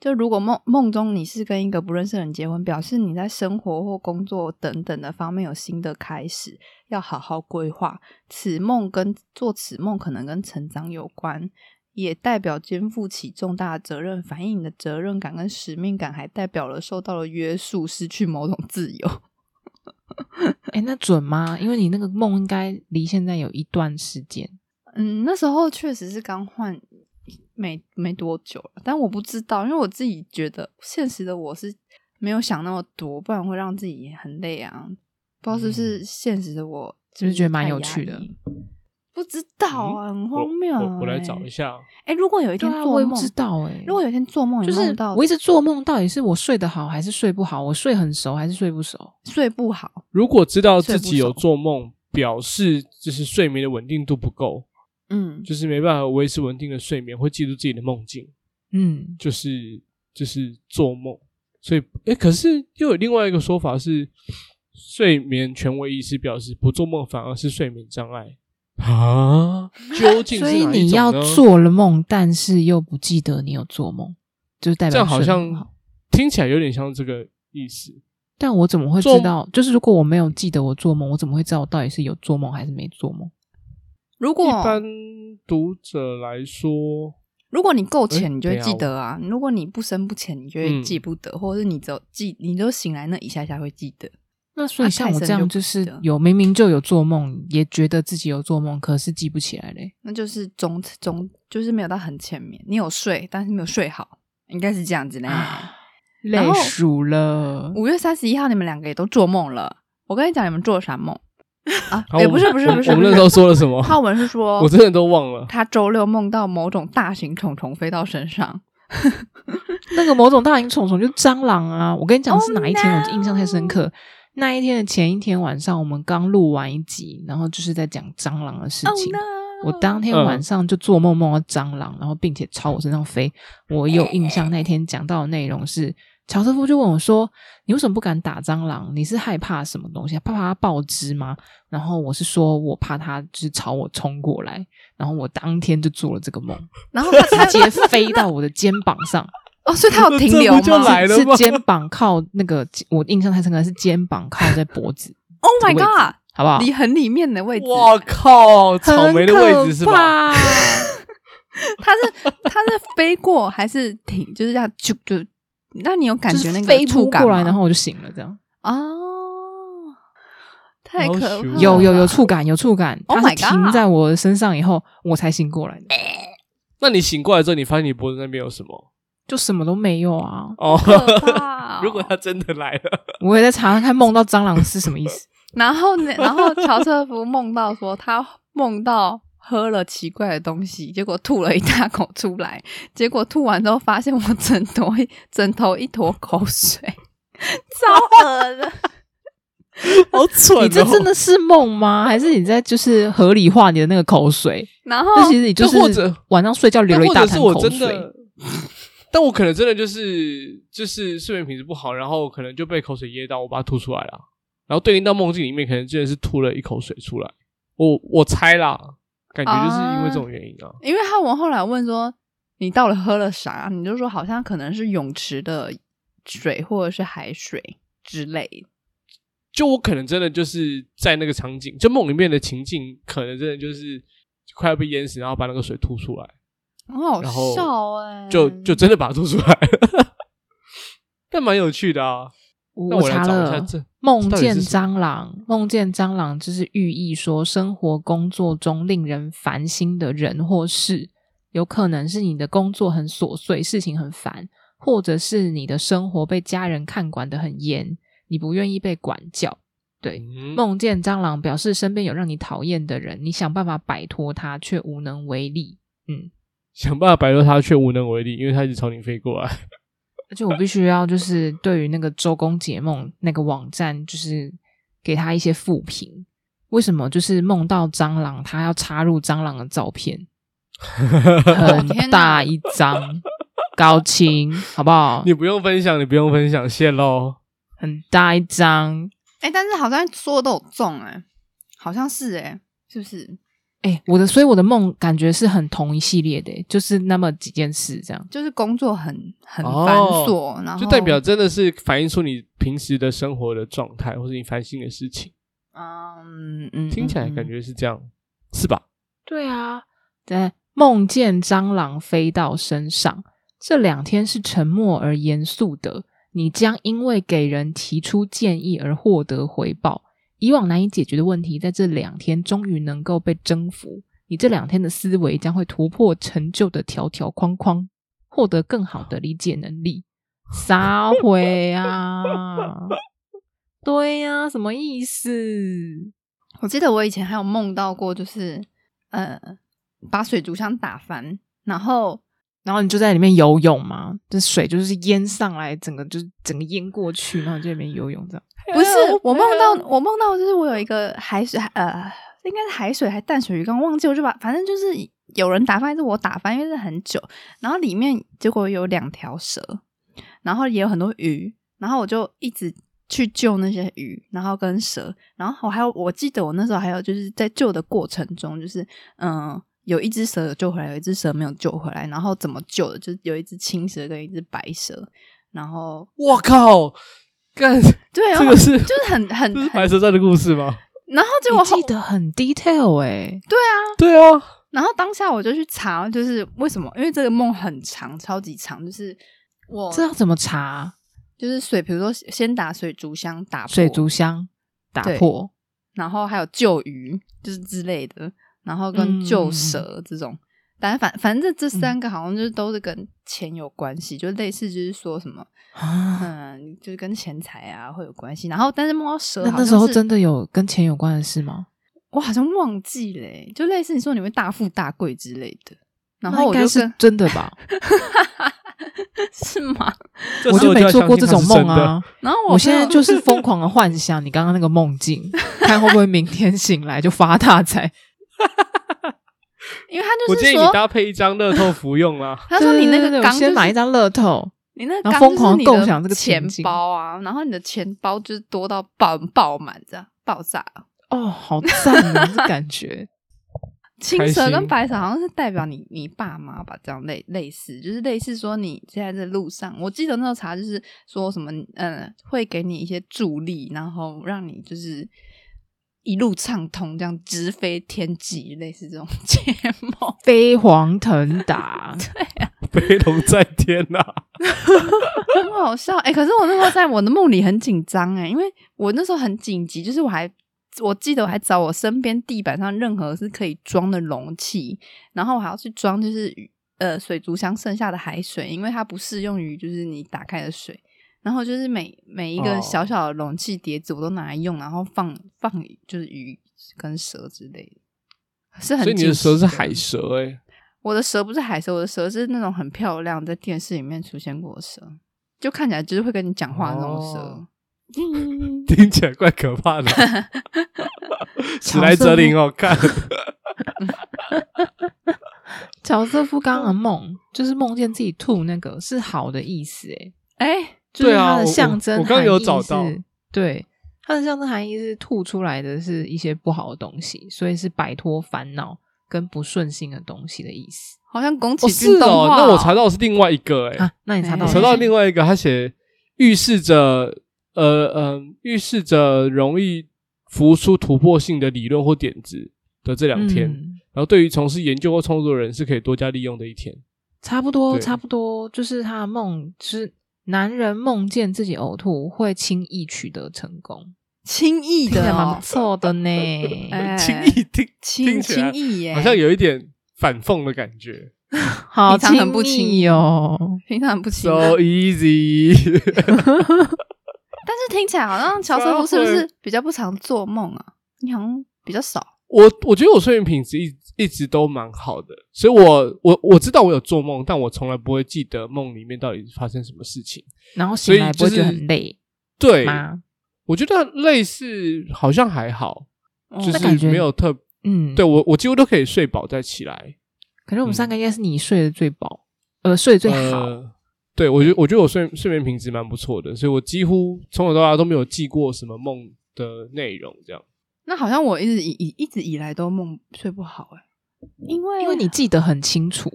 S3: 就如果梦梦中你是跟一个不认识的人结婚，表示你在生活或工作等等的方面有新的开始，要好好规划。此梦跟做此梦可能跟成长有关，也代表肩负起重大的责任，反映你的责任感跟使命感，还代表了受到了约束，失去某种自由。
S2: 哎，那准吗？因为你那个梦应该离现在有一段时间。
S3: 嗯，那时候确实是刚换没没多久了，但我不知道，因为我自己觉得现实的我是没有想那么多，不然会让自己很累啊。不知道是不是现实的我
S2: 嗯是不是觉得蛮
S3: 太
S2: 有
S3: 压
S2: 趣的嗯
S3: 抑？不知道啊，很荒谬、
S1: 我我我来找一。下，
S3: 哎、如果有一
S2: 对
S3: 天
S2: 啊，
S3: 做
S2: 我也
S3: 梦，
S2: 不知道哎、
S3: 如果有一天做梦，
S2: 就是
S3: 到
S2: 我一直做梦，到底是我睡得好还是睡不好？我睡很熟还是睡不熟？
S3: 睡不好，
S1: 如果知道自己
S3: 睡不熟
S1: 有做梦，表示就是睡眠的稳定度不够，
S3: 嗯，
S1: 就是没办法维持稳定的睡眠，会记住自己的梦境，
S2: 嗯，
S1: 就是就是做梦。所以，诶，可是又有另外一个说法是，睡眠权威医师表示，不做梦反而是睡眠障碍啊。究竟是
S2: 所
S1: 哪
S2: 以
S1: 一
S2: 你
S1: 种
S2: 要
S1: 呢
S2: 做了梦，但是又不记得你有做梦，就代
S1: 这
S2: 表
S1: 样好
S2: 睡得很
S1: 像
S2: 好
S1: 听起来有点像这个意思。
S2: 但我怎么会
S1: 做
S2: 知道？就是如果我没有记得我做梦，我怎么会知道我到底是有做梦还是没做梦？
S3: 如
S1: 一
S3: 果
S1: 般读者来说，
S3: 如果你够浅，
S1: 诶
S3: 你就会
S1: 等一下
S3: 记得啊；如果你不深不浅，你就
S1: 嗯
S3: 会记不得，或者是你只有记，你就醒来那一下下会记得。
S2: 那所以
S3: 啊
S2: 像
S3: 太
S2: 我
S3: 深
S2: 这样，就
S3: 就不记
S2: 是
S3: 得
S2: 有明明就有做梦，也觉得自己有做梦，可是记不起来嘞。
S3: 那就是中中，就是没有到很前面。你有睡，但是没有睡好，应该是这样子呢。
S1: 啊
S3: 然
S2: 累
S3: 后
S2: 鼠了，
S3: 五月三十一号，你们两个也都做梦了。我跟你讲，你们做了啥梦？啊，
S1: 好
S3: 也
S1: 我
S3: 不
S1: 们
S3: 是不是
S1: 我
S3: 不是，
S1: 我们那
S3: 不是
S1: 时候说了什么？
S3: 浩文是说，
S1: 我真的都忘了。
S3: 他周六梦到某种大型虫虫飞到身上，
S2: 那个某种大型虫虫就是蟑螂啊！我跟你讲
S3: Oh
S2: 是哪一天，
S3: no
S2: 我印象太深刻。那一天的前一天晚上，我们刚录完一集，然后就是在讲蟑螂的事情。
S3: 哦 no！
S2: 我当天
S1: 嗯
S2: 晚上就做梦梦到蟑螂，然后并且朝我身上飞。我有印象，那天讲到的内容是，乔瑟夫就问我说：“你为什么不敢打蟑螂？你是害怕什么东西？啊怕它爆汁吗？”然后我是说我怕它就是朝我冲过来，然后我当天就做了这
S1: [laughs]
S2: 个梦，
S3: 然后他
S2: 直
S3: 他
S2: 接飞到我的肩膀上。
S3: 哦，所以他有停留
S1: 这
S3: 吗？
S1: 不就 [laughs] 来了
S2: 是
S1: 吗
S2: 肩膀靠那个，我印象太深刻是肩膀靠在脖子，
S3: Oh my
S2: 这个位置
S1: 啊
S3: god！
S2: 好不好？
S3: 离很里面的位置，
S1: 我靠，
S2: 很
S1: 草莓的位置是
S2: 可
S1: 吧？
S2: [laughs] 怕？
S3: [laughs] 他是他是飞过还是停？就是这样就就，那你有感觉那
S2: 就是
S3: 个
S2: 飞
S3: 触
S2: 扑
S3: 感
S2: 过来，
S3: 吗
S2: 然后我就醒了，这样
S3: 哦，太
S1: 好
S3: 可
S1: 羞
S3: 怕了！
S2: 有有有触感，有触感，
S3: Oh
S2: 它
S3: my
S2: 是停
S3: god
S2: 在我身上以后，我才醒过来的，
S1: 哎那你醒过来之后，你发现你脖子那边有什么？
S2: 就什么都没有啊！
S1: 哦，
S3: 可怕
S1: [laughs]
S3: 哦。
S1: 如果他真的来了，
S2: 我也在查看梦到蟑螂是什么
S1: [laughs]
S2: 意思，
S3: 然后呢？然后乔瑟夫梦到说他梦到喝了奇怪的东西，结果吐了一大口出来，结果吐完之后发现我枕头一枕头一坨口水，
S2: [laughs]
S3: 超恶的。
S1: 好蠢哦！
S2: 你这真的是梦吗？还是你在就是合理化你的那个口水？
S3: 然后
S2: 那其实你就
S1: 哦那或者
S2: 是晚上睡觉流
S1: 但
S2: 了一
S1: 或
S2: 大
S1: 者是
S2: 滩
S1: 我
S2: 口
S1: 真
S2: 水，
S1: 的， [laughs] 但我可能真的就是就是睡眠品质不好，然后可能就被口水噎到，我把它吐出来了，然后对应到梦境里面，可能真的是吐了一口水出来。我我猜啦，感觉就是因为这
S2: 哦
S1: 种原因啊。
S3: 因为他我后来问说你到底喝了啥，你就说好像可能是泳池的水或者是海水之类的。
S1: 就我可能真的就是在那个场景，就梦里面的情境，可能真的就是快要被淹死，然后把那个水吐出来，
S3: 很好
S1: 然后
S3: 笑哎、
S1: 就
S2: 欸
S1: 就真的把它吐出来了。 [laughs] 但蛮有趣的啊！那
S2: 我
S1: 来
S2: 查
S1: 找一下
S2: 了。
S1: 这
S2: 梦
S1: 到底
S2: 见
S1: 是什
S2: 蟑螂，梦见蟑螂就是寓意说，生活工作中令人烦心的人或事，有可能是你的工作很琐碎，事情很烦，或者是你的生活被家人看管的很严，你不愿意被管教。对，
S1: 嗯
S2: 梦见蟑螂表示身边有让你讨厌的人，你想办法摆脱它，却无能为力。嗯，
S1: 想办法摆脱它，却无能为力，因为它一直朝你飞过来。
S2: 而且我必须要就是对于那个周公解梦那个网站，就是给他一些负评。为什么就是梦到蟑螂，他要插入蟑螂的照片，很
S3: [laughs] 天
S2: 大
S3: 哪
S2: 一张，高清，好不好？
S1: [laughs] 你不用分享，你不用分享，谢喽。
S2: 很大一张。
S3: 哎、但是好像说的都有中哎、好像是哎、是不是？
S2: 哎、我的，所以我的梦感觉是很同一系列的、就是那么几件事这样。
S3: 就是工作很很
S1: 哦
S3: 繁琐，然后
S1: 就代表真的是反映出你平时的生活的状态，或是你烦心的事情。
S3: 嗯嗯，
S1: 听起来
S3: 嗯
S1: 感觉是这样，是吧？
S2: 对啊，在梦见蟑螂飞到身上，这两天是沉默而严肃的。你将因为给人提出建议而获得回报，以往难以解决的问题，在这两天终于能够被征服。你这两天的思维将会突破陈旧的条条框框，获得更好的理解能力。 [laughs] 撒回啊！对呀、什么意思？
S3: 我记得我以前还有梦到过，就是呃，把水族箱打翻，然后
S2: 然后你就在里面游泳嘛，这水就是淹上来，整个就是整个淹过去，然后你就在里面游泳这样。
S3: [laughs]
S1: [laughs]
S3: 不是我梦到我梦到就是我有一个海水呃，应该是海水还淡水鱼缸，忘记我就把反正就是有人打翻，还是我打翻，因为是很久，然后里面结果有两条蛇，然后也有很多鱼，然后我就一直去救那些鱼，然后跟蛇，然后我还有我记得我那时候还有就是在救的过程中，就是嗯。有一只蛇有救回来，有一只蛇没有救回来，然后怎么救的？就是有一只青蛇跟一只白蛇，然后
S1: 我靠，干
S3: 对，
S1: [laughs]
S3: 然
S1: 这
S3: 后
S1: 个是
S3: 就是很很
S1: 这是
S3: 很
S1: 白蛇传的故事吗？
S3: 然后结
S2: 你
S3: 果后
S2: 记得很 detail 哎、
S1: 对啊，
S3: 然后当下我就去查，就是为什么？因为这个梦很长，超级长，就是我
S2: 这要怎么查？
S3: 就是水，比如说先打水族箱打破
S2: 水族，箱打
S3: 对
S2: 破，
S3: 然后还有救鱼，就是之类的，然后跟
S2: 嗯
S3: 救蛇这种。但反反正这这三个好像就是都是跟钱有关系，就类似就是说什么，
S2: 啊。
S3: 嗯，就是跟钱财啊会有关系。然后但是梦到蛇
S2: 那
S3: 好
S2: 那
S3: 像是，
S2: 时候真的有跟钱有关的事吗？
S3: 我好像忘记了欸、就类似你说你会大富大贵之类的。然
S2: 那
S3: 后
S2: 应
S3: 我
S2: 该
S3: 就是跟 [laughs]
S2: 真的
S1: [laughs]
S2: 吧，
S3: 是吗？
S1: 这
S2: 我
S1: 时候
S2: 就
S1: 我
S2: 没
S1: 要
S2: 做过这
S1: 相信它
S2: 种
S1: 是真 [laughs]
S2: 梦
S1: 的。
S2: 啊。
S3: 然后
S2: 我现在
S3: 朋友 [laughs]
S2: 就是疯狂的幻想你刚刚那个梦境，看会不会明天醒来就发大财。
S3: 因为他
S1: 我
S3: 就是
S1: 建议
S3: 说，
S1: 你，搭配一张乐透服用啊
S3: [laughs] 他说你那
S2: 对对对
S3: 个
S2: 我
S3: 缸、就是、
S2: 先买一张乐透，
S3: 你那个
S2: 然后
S3: 缸
S2: 疯
S3: 就是
S2: 狂
S3: 你
S2: 构
S3: 的
S2: 想这个情
S3: 钱
S2: 景
S3: 包啊，然后你的钱包就是多到爆爆满这样爆炸。啊
S2: 哦，好赞啊，这感
S3: [laughs]
S2: 觉。
S3: 青蛇
S1: 开
S3: 跟
S1: 心
S3: 白蛇好像是代表你你爸妈吧，这样类类似，就是类似说你现在在路上，我记得那时候查就是说什么，嗯，会给你一些助力，然后让你就是一路畅通，这样直飞天际，类似这种 [laughs] 节目。
S2: 飞黄腾达，
S1: 飞龙在天呐、
S3: [laughs] 很好笑哎、欸可是我那时候在我的梦里很紧张哎，因为我那时候很紧急，就是我还我记得我还找我身边地板上任何是可以装的容器，然后我还要去装就是呃水族箱剩下的海水，因为它不适用于就是你打开的水。然后就是每每一
S1: 哦
S3: 个小小的容器碟子我都拿来用，然后放放就是鱼跟蛇之类的，是很
S1: 所以你
S3: 惊
S1: 的
S3: 喜
S1: 蛇是海蛇哎、
S3: 我的蛇不是海蛇，我的蛇是那种很漂亮，在电视里面出现过的蛇，就看起来就是会跟你讲话的那种蛇。
S1: 哦听起来怪可怕的、 [laughs] 史
S2: 长
S1: 莱哲
S2: 生
S1: 林哦，看
S2: 乔瑟夫刚刚
S1: 嗯
S2: 的梦就是梦见自己吐那个是好的意思，诶，
S3: 哎、
S2: 就是
S1: 对啊
S2: 它的
S1: 我
S2: 象征
S1: 我我刚
S2: 含义
S1: 有找
S2: 是
S1: 到，
S2: 对，它的象征含义是吐出来的是一些不好的东西，所以是摆脱烦恼跟不顺心的东西的意思
S3: 好像宫
S1: 哦
S3: 崎
S1: 是
S3: 骏动
S1: 哦，
S3: 画、
S1: 那我查到的是另外一个哎、
S2: 啊。那你查到
S1: 我
S2: 了
S1: 查到
S2: 是
S1: 另外一个，他写预示着呃呃，预示着容易浮出突破性的理论或点子的这两天，
S2: 嗯
S1: 然后对于从事研究或创作的人是可以多加利用的一天。
S2: 差不多，
S1: 对
S2: 差不多，就是他的梦，就是男人梦见自己呕吐会轻易取得成功，
S3: 轻易
S2: 听起
S3: 的、
S2: 来蛮
S3: 哦
S2: 不，错的呢。
S1: [laughs]
S3: 哎
S1: 轻易听
S3: 轻
S1: 听起来
S3: 轻易耶、
S1: 好像有一点反讽的感觉
S2: 好
S3: 平常很不轻
S2: 易哦，
S3: 平常很不轻易，啊
S1: ，so easy。 [laughs]
S3: 但是听起来好像乔瑟夫是不是比较不常做梦啊？你好像比较少，
S1: 我我觉得我睡眠品质一一直都蛮好的，所以我我我知道我有做梦，但我从来不会记得梦里面到底发生什么事情。
S2: 然后
S1: 所
S2: 醒
S1: 以
S2: 来不
S1: 就
S2: 会觉
S1: 是
S2: 得很累
S1: 对，
S2: 吗？
S1: 我觉得类似好像还好，就
S3: 哦
S2: 那感
S1: 是
S2: 觉
S1: 没有特
S2: 哦嗯，
S1: 对，我我几乎都可以睡饱再起来。
S2: 可能我们三个应该是你睡得最饱，呃，睡得最好。
S1: 呃对我觉得我觉得我睡睡眠品质蛮不错的，所以我几乎从小到大都没有记过什么梦的内容，这样
S3: 那好像我一直以以一直以来都梦睡不好哎、因为
S2: 因为你记得很清楚，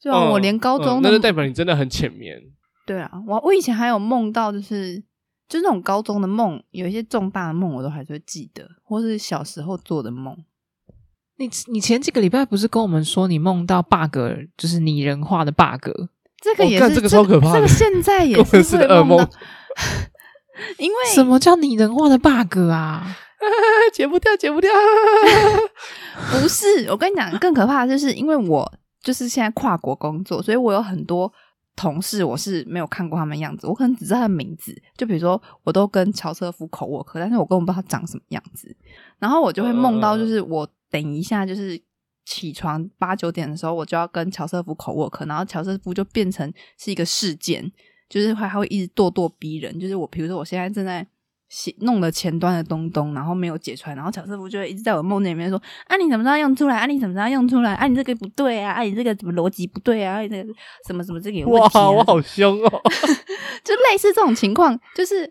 S3: 对啊，
S1: 嗯
S3: 我连高中
S1: 嗯
S3: 的
S1: 那就代表你真的很浅眠。
S3: 对啊，我我以前还有梦到，就是就是那种高中的梦，有一些重大的梦我都还是会记得，或是小时候做的梦。
S2: 你你前几个礼拜不是跟我们说你梦到 bug，就是拟人化的 bug？
S3: 这个
S1: 哦
S3: 也是、
S1: 干这个超可怕的
S3: 这个现在也
S1: 根本是
S3: 会
S1: 噩
S3: 梦
S1: 梦
S3: 到， [laughs] 因为
S2: 什么叫拟人化的 bug 啊？
S1: 解不掉，解不掉。
S3: 不是，我跟你讲，更可怕的就是因为我就是现在跨国工作，所以我有很多同事我是没有看过他们样子，我可能只知道他的名字。就比如说，我都跟乔瑟夫口沃克，但是我根本不知道他长什么样子。然后我就会梦到，
S1: 嗯
S3: 就是我等一下就是起床八九点的时候，我就要跟乔瑟夫口沃克，然后乔瑟夫就变成是一个事件，就是还还会一直咄咄逼人。就是我，比如说我现在正在写弄了前端的东东，然后没有解出来，然后乔师傅就会一直在我梦里面说：“啊，你怎么知道用出来？啊，你怎么知道用出来？啊，你这个不对啊！啊，你这个怎么逻辑不对啊？啊，你这个什么什么这个有问题、啊
S1: 哇，、我好凶
S2: [laughs]
S1: 哦！
S3: 就类似这种情况，就是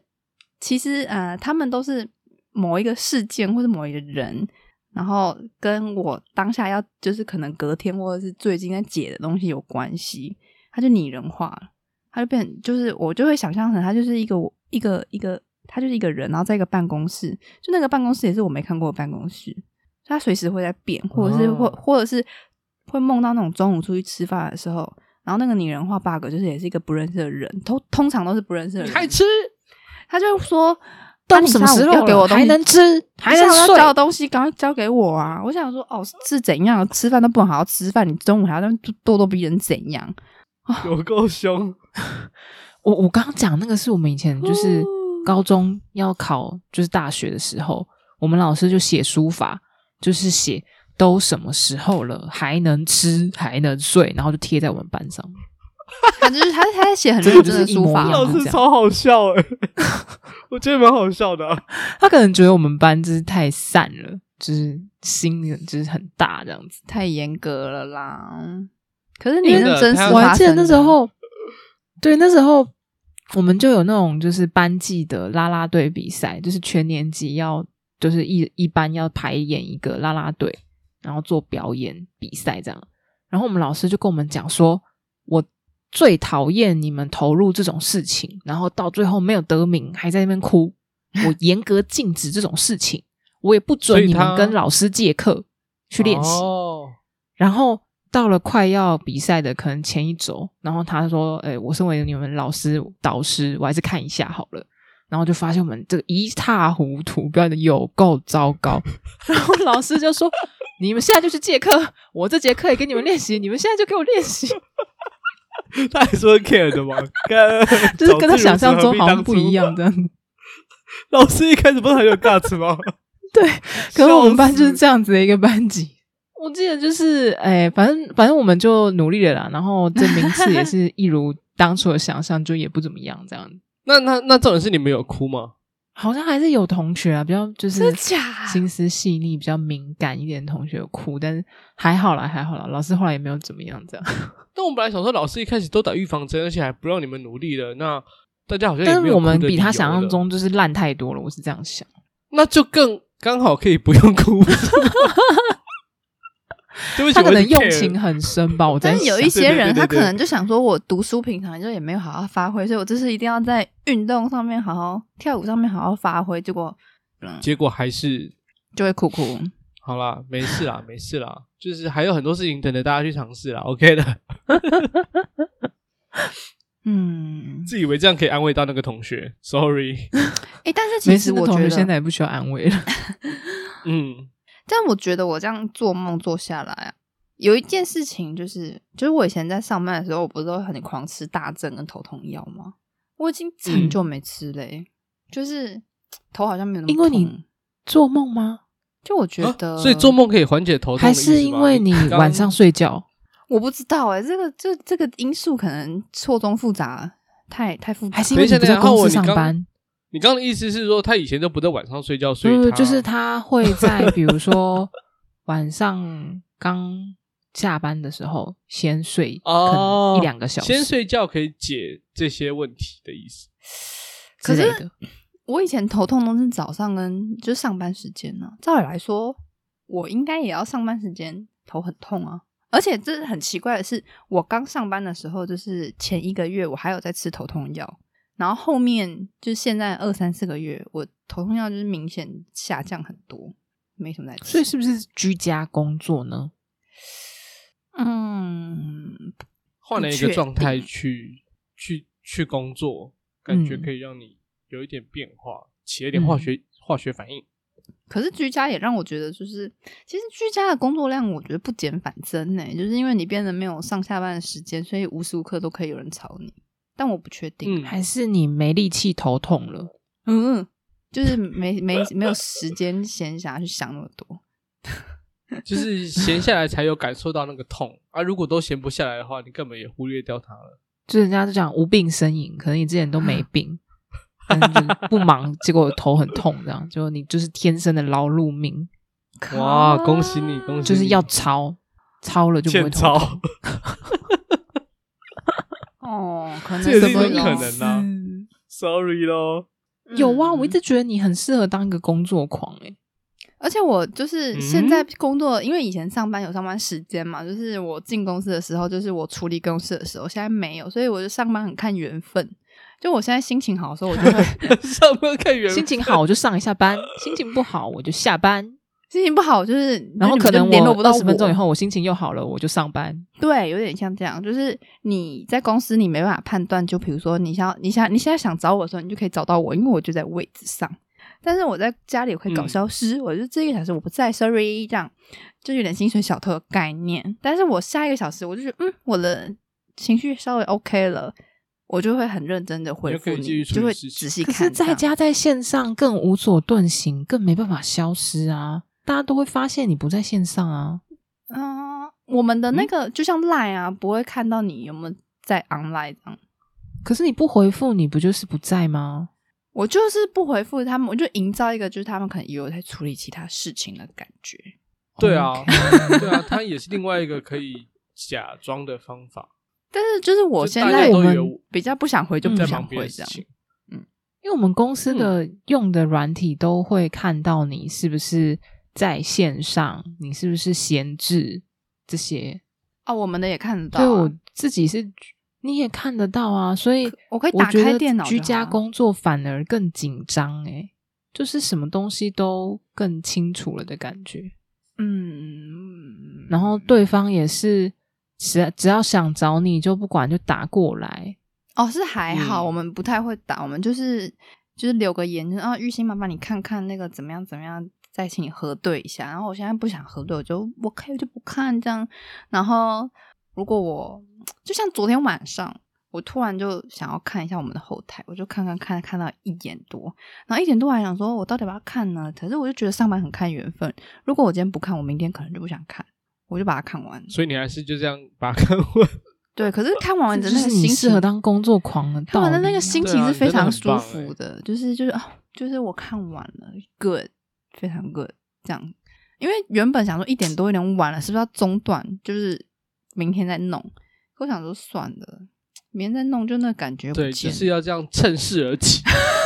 S3: 其实呃，他们都是某一个事件或者某一个人，然后跟我当下要就是可能隔天或者是最近在解的东西有关系，他就拟人化了，他就变就是我就会想象成他就是一个我一个一个他就是一个人，然后在一个办公室，就那个办公室也是我没看过的办公室，所以他随时会在变，或者是或、
S1: 哦
S3: 或者是会梦到那种中午出去吃饭的时候，然后那个拟人化 bug 就是也是一个不认识的人，通通常都是不认识的
S1: 你
S3: 人，
S1: 还吃？
S3: 他就会说那
S2: 都
S3: 你
S2: 什么
S3: 下午
S2: 时候
S3: 要给我
S2: 了
S3: 东
S2: 还
S3: 西
S2: 能吃还
S3: 你
S2: 能
S3: 下午要
S2: 睡？
S3: 交的东西赶快交给我啊！我想说，哦，是怎样吃饭都不好好吃饭，你中午还要在那边咄咄逼人怎样？
S1: 有够凶，
S2: 我我刚刚讲那个是我们以前
S3: 哦
S2: 就是高中要考就是大学的时候，我们老师就写书法，就是写都什么时候了还能吃还能睡，然后就贴在我们班上。
S3: 他就是他他在写很
S2: 真
S3: 认
S2: 的就是
S3: 真的
S2: 一
S3: 书
S2: 模
S3: 法
S2: 一
S1: [laughs] 老
S2: 样
S3: 啊，
S1: 师超好笑哎、 [laughs] 我觉得蛮好笑的啊、
S2: 他可能觉得我们班就是太散了，就是心就是很大这样子。
S3: 太严格了啦。可是你
S1: 因为
S3: 认真
S1: 他
S3: 是
S1: 要
S2: 我还
S3: 发
S2: 记得
S3: 生
S2: 那时
S3: 的
S2: 候，对，那时候我们就有那种就是班级的啦啦队比赛，就是全年级要就是一一班要排演一个啦啦队，然后做表演比赛这样。然后我们老师就跟我们讲说，我最讨厌你们投入这种事情，然后到最后没有得名还在那边哭，我严格禁止这种事情，我也不
S1: 所以
S2: 准你
S1: 他
S2: 们跟老师借课去练习。
S1: 哦
S2: 然后到了快要比赛的可能前一周，然后他说：“哎、我身为你们老师导师，我还是看一下好了。”然后就发现我们这个一塌糊涂，表演的有够糟糕。然后老师就说：“你们现在就去借课，我这节课也给你们练习，你们现在就给我练习。
S1: [laughs] 他还说 care 的嘛， [laughs] 干”
S2: [laughs] 就是跟他想象中好像不一。样这样子。
S1: [laughs] 早知如此何必当初老师一开始不是很有 guts 吗？ [laughs]
S2: 对，可是我们班就是
S1: 样。
S2: 这样子的一个班级。我记得就是，哎、反正反正我们就努力了啦，然后这名次也是一如当初的想象，就也不怎么样这样子。
S1: 那那那重点是你们有哭吗？
S2: 好像还是有同学啊，比较就是
S3: 真假
S2: 心思细腻、比较敏感一点的同学有哭，但是还好啦，还好啦，老师后来也没有怎么样这样。
S1: 但我们本来想说，老师一开始都打预防针，而且还不让你们努力了，那大家好像也
S2: 但
S1: 没
S2: 是
S1: 有
S2: 我们
S1: 哭的
S2: 比他
S1: 理由
S2: 想象
S1: 了，
S2: 中就是烂太多了，我是这样想。
S1: 那就更刚好可以不用哭。 [laughs] 对不起，
S2: 他可
S1: 我一
S2: 能
S1: 直
S2: 用
S1: care
S2: 情很深吧，我在
S3: 但
S2: 想。
S3: 是有一
S1: 对
S3: 些
S1: 对对
S3: 人，
S1: 对
S3: 他
S1: 对
S3: 可能就想说，我读书平常就也没有好好发挥，所以我这次一定要在运动上面好好，跳舞上面好好发挥，结果
S1: 结果还是
S3: 就会哭哭。
S1: 好啦，没事啦，没事啦，就是还有很多事情等着大家去尝试啦。OK 的， [laughs]
S3: 嗯，
S1: 自以为这样可以安慰到那个同学，Sorry， [laughs]
S3: 哎、但是其
S2: 没事，
S3: 实
S2: 那
S3: 我
S2: 同
S3: 觉
S2: 学
S3: 得，
S2: 现在也不需要安慰
S3: [laughs]
S2: 了。
S1: 嗯，
S3: 但我觉得我这样做梦做下来啊，有一件事情就是，就是我以前在上班的时候，我不是都很狂吃大正跟头痛药吗？我已经很久没吃嘞、就是头好像没有那么
S2: 因为你
S3: 痛
S2: 做梦吗？
S3: 就我觉
S1: 啊
S3: 得，
S1: 所以做梦可以缓解头痛的
S2: 还
S1: 意思吗，
S2: 是因为你
S1: 刚
S2: 晚上睡觉？
S3: 我不知道哎、这个这这个因素可能错综复杂，太太复杂。
S2: 还是因为你不在公司上班？
S1: 你刚刚的意思是说，他以前都不在晚上睡觉，所以
S2: 嗯，
S1: 他
S2: 就是他会在 [laughs] 比如说晚上刚下班的时候先睡，可
S1: 哦
S2: 能一两个小时
S1: 先睡觉可以解这些问题的意思。
S2: 之
S3: 可是
S2: 类的。
S3: 我以前头痛都是早上跟就上班时间呢、照理来说，我应该也要上班时间头很痛啊。而且这很奇怪的是，我刚上班的时候，就是前一个月我还有在吃头痛药，然后后面就现在二三四个月，我头痛药就是明显下降很多，没什么在吃。
S2: 所以是不是居家工作呢？
S3: 嗯，
S1: 换了一
S3: 不确
S1: 个
S3: 定
S1: 状态去去去工作，感觉
S2: 嗯
S1: 可以让你有一点变化，起了一点化学、化学反应。
S3: 可是居家也让我觉得，就是其实居家的工作量，我觉得不减反增呢、就是因为你变得没有上下班的时间，所以无时无刻都可以有人吵你。但我不确定，欸
S1: 嗯，
S2: 还是你没力气头痛了？
S3: [laughs] 嗯就是没没没有时间闲暇去想那么多。
S1: 就是闲下来才有感受到那个痛啊！如果都闲不下来的话，你根本也忽略掉它了。
S2: 就人家就讲无病呻吟，可能你之前都没病，但是就是不忙，结果头很痛，这样就你就是天生的劳碌命，
S1: 哇，恭喜你，恭喜你！
S2: 就是要超超了就不会
S1: 嗯欠
S2: 头痛。
S1: 操，
S3: 哦，可能
S1: 这也
S2: 什
S1: 是一
S2: 么
S1: 种
S3: 什
S1: 可
S3: 么
S2: 意
S1: 能
S2: 思
S1: 啊。Sorry 咯， [laughs]
S2: 有啊，我一直觉得你很适合当一个工作狂欸诶、
S3: 嗯而且我就是
S1: 嗯
S3: 现在工作，因为以前上班有上班时间嘛，就是我进公司的时候，就是我处理公司的时候，现在没有，所以我就上班很看缘分。就我现在心情好的时候，我就会
S1: 上班看缘分
S2: 心情好我就上一下班，心情不好我就下班，
S3: 心情不好就是，
S2: 然后
S3: 就
S2: 可
S3: 你们
S2: 能
S3: 就联络不
S2: 我
S3: 到
S2: 二十分钟以
S3: 我
S2: 后我心情又好了，我就上班。
S3: 对，有点像这样，就是你在公司你没办法判断，就比如说你想你想你现在想找我的时候，你就可以找到我，因为我就在位置上。但是我在家里会搞
S1: 嗯
S3: 消失，我就这一个小时我不在，sorry，这样就有点薪水小偷的概念。但是我下一个小时我就觉得，嗯，我的情绪稍微 OK 了，我就会很认真的回
S1: 你就
S3: 复
S1: 可以
S3: 你，
S1: 继续处
S3: 就
S1: 理
S3: 会
S1: 事情
S3: 仔细
S2: 可
S3: 看。
S2: 是在
S3: 这
S2: 家
S3: 样
S2: 在线上更无所遁形，更没办法消失啊！大家都会发现你不在线上啊。
S3: 嗯、我们的那个、就像 Line 啊，不会看到你有没有在 online 这样。
S2: 可是你不回复，你不就是不在吗？
S3: 我就是不回复他们，我就营造一个就是他们可能也有在处理其他事情的感觉。
S1: 对
S3: 哦
S1: 啊
S2: 哦
S1: [laughs]
S2: OK，
S3: [laughs]
S1: 对啊，它也是另外一个可以假装的方法，
S3: 但是就是我
S1: 就
S3: 现
S1: 大
S2: 家
S3: 在
S2: 都
S3: 我们
S1: 有
S3: 比较不想回，就
S2: 嗯
S3: 不
S1: 在
S3: 想
S1: 忙别
S3: 回
S1: 的
S3: 这
S1: 事
S3: 样。
S1: 情。
S2: 因为我们公
S3: 嗯
S2: 司的用的软体都会看到你是不是在线上，你是不是闲置这些，
S3: 哦，我们的也看得到、
S2: 所
S3: 啊。
S2: 以我自己是你也看得到啊，所以
S3: 我可以
S2: 我
S3: 打
S2: 觉
S3: 开
S2: 得
S3: 电脑就好
S2: 居家工作反而更紧张诶、就是什么东西都更清楚了的感觉。
S3: 嗯，
S2: 然后对方也是只只要想找你就不管就打过来，
S3: 哦是还好，
S1: 嗯
S3: 我们不太会打，我们就是就是留个言，就是啊玉鑫麻烦你看看那个怎么样怎么样。再请你核对一下，然后我现在不想核对，我就我可以就不看这样。然后如果我就像昨天晚上，我突然就想要看一下我们的后台，我就看看看看到一点多，然后一点多还想说我到底要不要看呢？可是我就觉得上班很看缘分，如果我今天不看，我明天可能就不想看，我就把它看完了。
S1: 所以你还是就这样把它看完。
S3: 对，可是看完的
S2: 这
S3: 那
S2: 就
S3: 个
S2: 是你
S3: 心
S2: 适
S3: 情
S2: 合当工作狂的
S3: 看
S2: 道理啊。
S3: 完的那个心
S1: 对
S3: 情
S1: 啊
S3: 是
S1: 你真
S3: 非
S1: 的
S3: 常
S1: 很
S3: 舒
S1: 棒
S3: 服
S1: 欸
S3: 的，就是就是啊，就是我看完了，good，非常 good，这样。因为原本想说一点多有点晚了，是不是要中断？就是明天再弄。可我想说算了，明天再弄，就那感觉不
S1: 对，就
S3: 见了
S1: 是要这样趁势而起。 [laughs]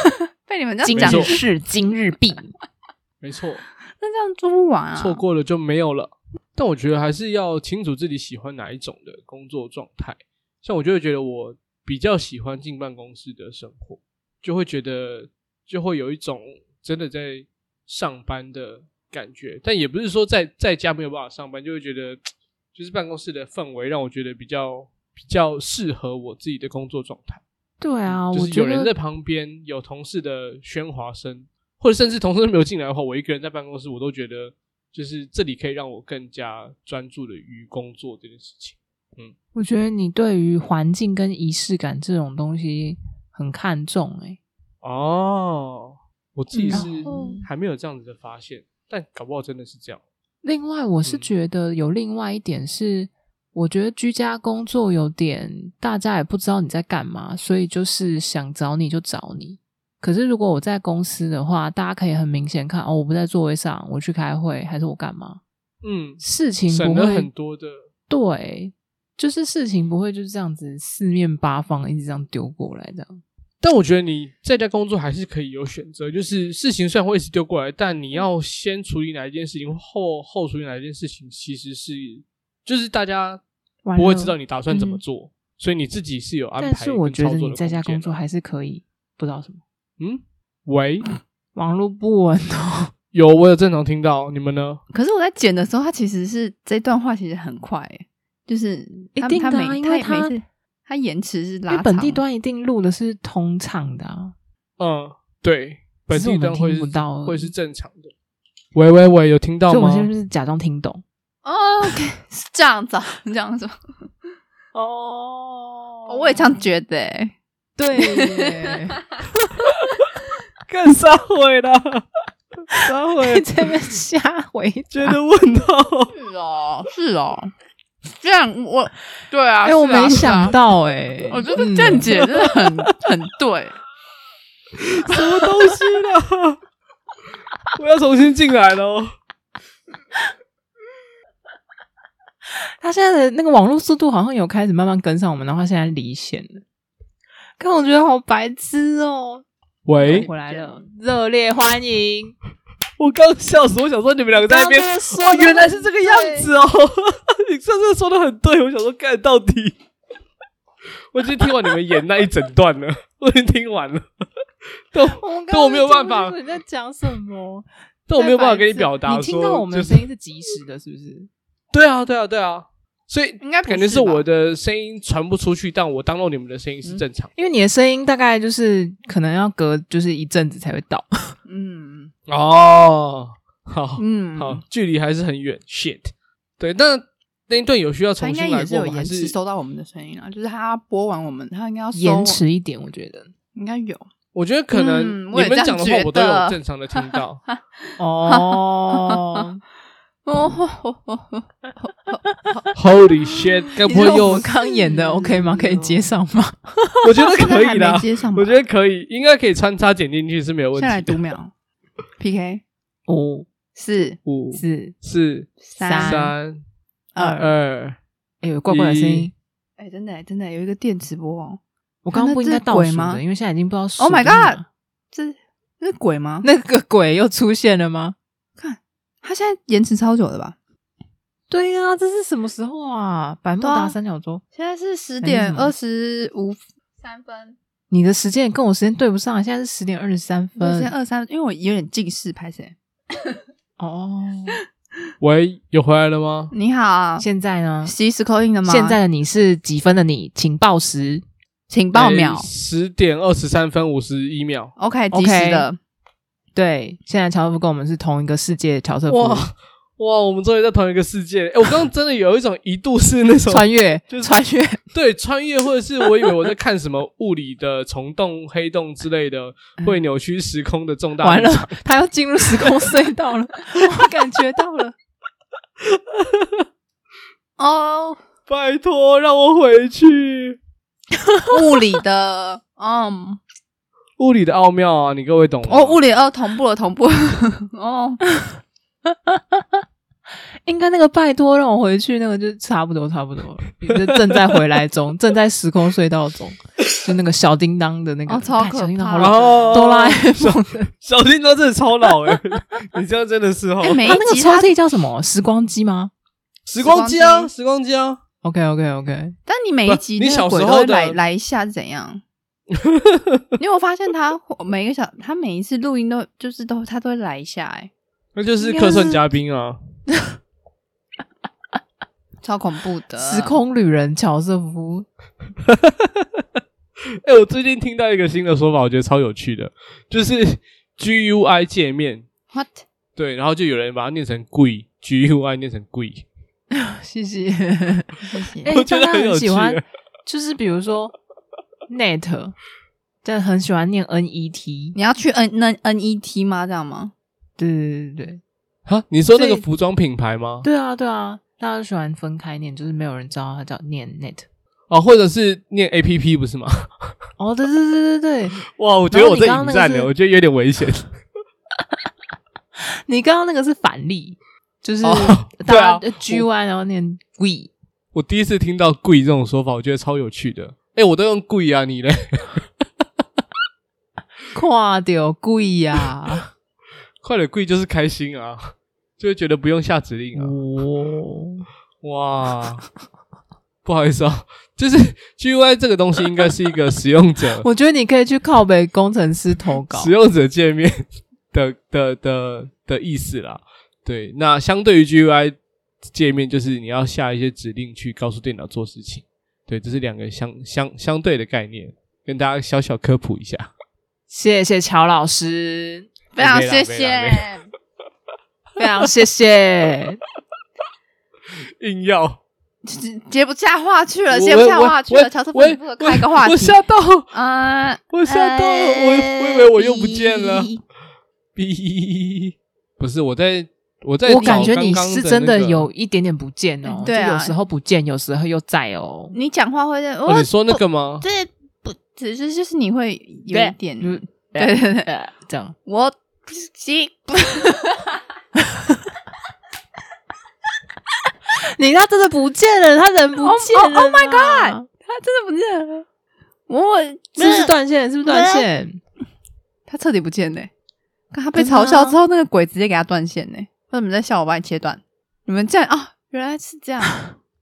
S3: 被你们这
S2: 今
S3: 样
S1: 没
S3: 讲
S1: 错
S2: 日，事今日毕，
S1: 没错，
S3: 那这样做不完啊。
S1: 错过了就没有了。但我觉得还是要清楚自己喜欢哪一种的工作状态。像我就会觉得我比较喜欢进办公室的生活，就会觉得就会有一种真的在上班的感觉。但也不是说在在家没有办法上班，就会觉得就是办公室的氛围让我觉得比较比较适合我自己的工作状态。
S2: [laughs] 对啊，
S1: 嗯就
S2: 我
S1: 是有
S2: 觉
S1: 人在
S2: 得
S1: 旁边，有同事的喧哗声，或者甚至同事都没有进来的话，我一个人在办公室，我都觉得就是这里可以让我更加专注的于工作这件事情。
S2: 我觉得你对于环境跟仪式感这种东西很看重欸诶、
S1: 哦，我自己是
S2: 嗯然后
S1: 还没有这样子的发现，但搞不好真的是这样。
S2: 另外，我是
S1: 嗯
S2: 觉得有另外一点是，我觉得居家工作有点大家也不知道你在干嘛，所以就是想找你就找你。可是如果我在公司的话，大家可以很明显看哦，我不在座位上，我去开会，还是我干嘛？
S1: 嗯，
S2: 事情不
S1: 省了很
S2: 会
S1: 多的，
S2: 对，就是事情不会就是这样子四面八方一直这样丢过来这样。
S1: 但我觉得你在家工作还是可以有选择，就是事情虽然会一直丢过来，但你要先处理哪一件事情，后后处理哪一件事情，其实是就是大家
S2: 完
S1: 不会
S2: 了
S1: 知道你打算怎么
S2: 嗯
S1: 做，所以你自己是有安排
S2: 但
S1: 跟
S2: 是我觉得
S1: 操作
S2: 你
S1: 的
S2: 在家
S1: 空
S2: 工
S1: 间啊
S2: 作
S1: 的
S2: 还是可以，不知道什么
S1: 嗯，喂，
S2: 网络不稳哦。
S1: 有我有正常听到，你们呢？
S3: 可是我在剪的时候，他其实是这段话其实很快、欸，就是
S2: 一
S3: 他
S2: 定
S3: 他
S2: 的
S3: 每
S2: 啊因
S3: 他
S2: 为
S3: 每
S2: 他
S3: 次他延迟是
S2: 因
S3: 拉
S2: 为
S3: 长，
S2: 本地端一定录的是通畅的啊。
S1: 嗯，对，本
S2: 只是
S1: 地
S2: 我们
S1: 端会
S2: 听
S1: 是
S2: 不到而已
S1: 会是正常的。喂喂喂，有听到
S2: 所以我
S1: 吗
S2: 们？现在就是假装听懂。
S3: 哦 OK，是这样子、啊，这样子。
S2: 哦
S3: 我也这样觉得、欸。
S2: 对
S1: [laughs] 更烧毁了，烧毁
S2: [laughs] 这边瞎回
S1: 觉得问到。
S3: 是哦，是哦，这样我 [laughs] 对啊
S2: 哎、我没想，
S3: 是啊
S2: 到哎、
S3: 是啊我觉得郑姐
S2: [laughs]
S3: 真的很 [laughs] 很对。
S1: 什么东西啦？ [laughs] 我要重新进来哦喽。
S2: 他现在的那个网络速度好像有开始慢慢跟上我们，然后他现在离线了。看，我觉得好白痴哦！ [laughs]
S1: 喂，
S2: 回来了，热烈欢迎！
S1: 我刚笑死，我想说你们两个在那边
S2: 刚刚说
S1: 哦，
S2: 得
S1: 原来是这个样子哦！ [laughs] 你上次说的很对，我想说干到底。我已经听完你们演那一整段了，我已经听完了，
S3: [laughs]
S1: 但我
S2: 我们刚
S1: 但我没有办法
S2: 刚就听不清楚你在讲什么？
S1: 但我没有办法跟你
S2: 再白痴
S1: 表达说。
S2: 你听到我们
S1: 就
S2: 的
S1: 是
S2: 声音是及时的，是 [laughs] 不是？
S1: 对啊，对啊，对啊，所以
S3: 应该不
S1: 感觉
S3: 是
S1: 是我
S3: 吧
S1: 的声音传不出去，但我当到
S3: 嗯
S1: 你们的声音是正常的。
S2: [laughs] 因为你的声音大概就是可能要隔就是一阵子才会到，
S3: 嗯
S1: 哦，好
S3: 嗯，
S1: 好，距离还是很远，shit。对，但那一段有需要
S3: 他
S1: 重
S3: 应该
S1: 新来
S3: 也是
S1: 过吗？
S3: 有
S1: 还
S3: 延迟收到我们的声音啊，就是他播完我们，他应该要收
S2: 延，迟一点，我觉得。
S3: 应该有。
S1: 我觉得可能
S3: 嗯
S1: 你
S3: 我也
S1: 们
S3: 这样
S1: 讲的话
S3: 觉，
S1: 我都有
S3: 得
S1: 正常的听
S3: [laughs]
S1: 到。
S2: [laughs] 哦，
S3: [laughs] 哦，
S1: Holy shit！该不会
S2: 我
S1: 又
S2: 们刚演的 OK 吗？可以接上吗？ [laughs]
S1: 我觉得
S3: 现
S1: 可
S3: 在还
S1: 以啦
S3: 没，接上吧，
S1: 我觉得可以，应该可以穿插剪进去是没有问
S3: 现在来
S1: 题
S3: 读
S1: 的。
S3: 秒 PK
S2: 五
S3: 四
S1: 五
S2: 四，
S1: 四
S2: 三
S1: 三
S2: 二
S1: 二，
S2: 哎呦，怪怪的声
S1: 一
S2: 音。
S3: 哎，真的真的有一个电磁波哦，
S2: 我刚刚不应该倒
S3: 那
S2: 数
S3: 是鬼吗
S2: 的，因为现在已经不知道数
S3: Oh my
S2: 多少
S3: god！这这是鬼吗？
S2: [laughs] 那个鬼又出现了吗？
S3: 他现在延迟超久的吧？
S2: 对呀、这是什么时候啊？百慕
S3: 对啊
S2: 达三角洲，
S3: 现在是十
S2: 点
S3: 点二十五三分，
S2: 你的时间跟我时间对不上，现在是十点二十三
S3: 十
S2: 分
S1: 嗯
S3: 点。二三，因为我有点近视，拍谁？
S2: 哦，
S1: 喂，有回来了吗？
S3: 你好啊，
S2: 现在呢？
S3: 洗死口音的吗？
S2: 现在的你是几分的你？请报时。
S3: 请
S1: 哎
S3: 报秒
S1: 十点二十三分五十一秒。
S3: ，OK，及
S2: OK
S3: 时的。
S2: 对，现在乔瑟夫跟我们是同一个世界，乔瑟
S1: 哇
S2: 夫
S1: 哇，我们终于在同一个世界了。哎，我刚刚真的有一种一度是那种
S2: 穿越
S1: 就，是
S2: 穿越。
S1: 对穿越，或者是我以为我在看什么物理的虫洞、黑洞之类的，
S3: 嗯
S1: 会扭曲时空的重大。
S2: 完了，， [laughs] 他要进入时空隧道 [laughs] 了，我感觉到了。
S3: 哦，
S1: 拜托让我回去。
S3: 物理的，嗯，
S1: 物理的奥妙啊，你各位懂吗？
S3: 哦，物理二同步了，同步了，哦，
S2: 应该那个拜托让我回去，那个就差不多差不多了，就正在回来 [laughs] 中，正在时空隧道中，就那个小叮当的那个，
S3: 哦超
S2: 干
S3: 可
S2: 小叮当
S3: 怕
S2: 好老，
S1: 哦，
S2: 哆啦 A 梦的
S1: [laughs] 小叮当真的超老
S2: [laughs]
S1: 哎、你这样真的是哦。
S3: 哎，每一
S2: 啊，那个
S3: 集
S2: 抽
S3: 它，
S2: 屉叫什么？时光机吗
S1: 时光机啊，时光机啊，
S2: ？OK OK OK，
S3: 但你每一集
S1: 不
S3: 那
S1: 你小
S3: 个
S1: 时
S3: 鬼
S1: 候
S3: 都会来
S1: 的
S3: 来一下是怎样？ [laughs] 你有发现他每个小，他每一次录音都就是都他都会来一下，哎，
S1: 那就是客串嘉宾啊。
S3: 超恐怖的，
S2: 时空旅人乔瑟夫，
S1: 哎、我最近听到一个新的说法，我觉得超有趣的，就是 GUI 界面，
S3: what？
S1: 对，然后就有人把它念成贵，GUI 念成贵，
S2: 谢谢。
S3: 谢谢
S2: 哎、
S1: 我觉得
S2: 大家
S1: 很有
S2: 很
S1: 趣
S2: 喜欢，就是比如说 net，但很喜欢念 E net，
S3: 你要去 N N N E T 吗？这样吗？
S2: 对对对对
S1: 哈，你说那个
S2: 所以
S1: 服装品牌吗？
S2: 对啊对啊，大家都喜欢分开念，就是没有人知道它叫念 net。
S1: 哦，或者是念 APP 不是吗？
S2: 哦，对对对对对，
S1: 哇，我觉得我在
S2: 然后
S1: 引
S2: 你刚刚那个
S1: 战呢，
S2: 是
S1: 我觉得有点危险。
S2: 你刚刚那个是反例，就是
S1: 哦对啊
S2: 大家 G Y 然后念 we，
S1: 我第一次听到贵这种说法，我觉得超有趣的。哎、我都用贵啊，你嘞？
S2: 跨掉贵
S1: [laughs]
S2: 呀，
S1: [laughs] 快点贵就是开心啊，就会觉得不用下指令啊。
S2: 哦，
S1: 哇，不好意思啊，就是 GUI 这个东西应该是一个使用 [laughs] 者
S2: 我觉得你可以去靠北工程师投稿
S1: 使。用者界面 [laughs] 的的的的意思啦。对，那相对于 GUI 界面，就是你要下一些指令去告诉电脑做事情。对，这是两个相相相对的概念，跟大家小小科普一下。
S2: 谢谢乔老师，
S3: 非常
S1: 没啦
S3: 谢
S1: 没啦
S3: 谢
S1: 没，
S2: 非常谢谢。
S1: 硬要
S3: 接 [laughs] 接不下话去了，
S1: 我
S3: 接不下
S1: 我
S3: 话去
S1: 我
S3: 了。乔瑟夫，你不
S1: 我
S3: 能开个话
S1: 我
S3: 题哎
S1: 吓到，
S3: 啊！
S1: 我吓到，我我以为我又不见了。
S3: 咦
S1: 哔，不是我在我在
S2: 我
S1: 找
S2: 感觉
S1: 刚
S2: 你
S1: 刚
S2: 是
S1: 那
S2: 真的
S1: 个
S2: 有一点点不见哦，
S3: 对啊
S2: 就有时候不见，有时候又在哦。
S3: 你讲话会在
S1: 哦，
S3: 我
S1: 你说那个吗？
S3: 这不只是就是你会有一点，
S2: [laughs] 对嗯
S3: 对对对，
S2: 这样
S3: 我不行，
S2: 你他真的不见了，他人不
S3: Oh-
S2: 见了
S3: oh- oh my
S2: 啦嗯
S3: god！他真的不见了，我
S2: 是不是断线？是不是断线？
S3: 他彻底不见嘞！看他被
S2: 真的啊
S3: 嘲笑之后，那个鬼直接给他断线呢。为什么在笑我把你切断？你们这样啊、原来是这样，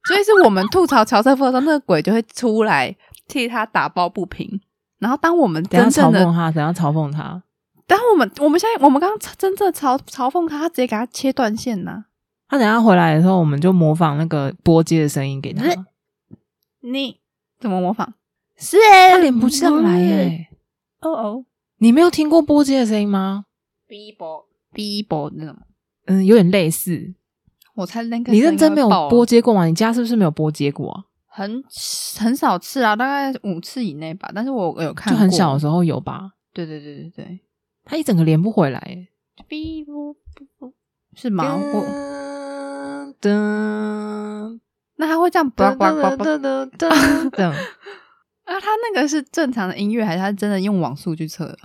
S3: 所以是我们吐槽乔瑟夫的时候，那个鬼就会出来替他打抱不平。然后当我们
S2: 等
S3: 真
S2: 一下嘲
S3: 正的
S2: 讽他，等一下嘲讽他
S3: 但我们我们现在我们刚刚真正嘲嘲讽他，他直接给他切断线呐、
S2: 他等一下回来的时候，我们就模仿那个波接的声音给他。
S3: 是你怎么模仿？是
S2: 他连不上来耶、
S3: 哦哦，
S2: 嗯你没有听过波接的声音吗？
S3: 逼一波，逼一波那种。
S2: 嗯，有点类似。
S3: 我猜那个
S2: 你认真没有
S3: 播
S2: 播接过吗？你家是不是没有播接过啊？
S3: 很很少次啊，大概五次以内吧。但是我有看
S2: 就
S3: 过，
S2: 很小的时候有吧？
S3: 对对对对对，
S2: 他一整个连不回来耶，
S3: 逼不不不，是吗？我
S2: 噔
S3: 那他会这样叭叭叭叭。
S2: 噔 [laughs] 噔噔，
S3: 啊，他那个是正常的音乐，还是他真的用网速去测的？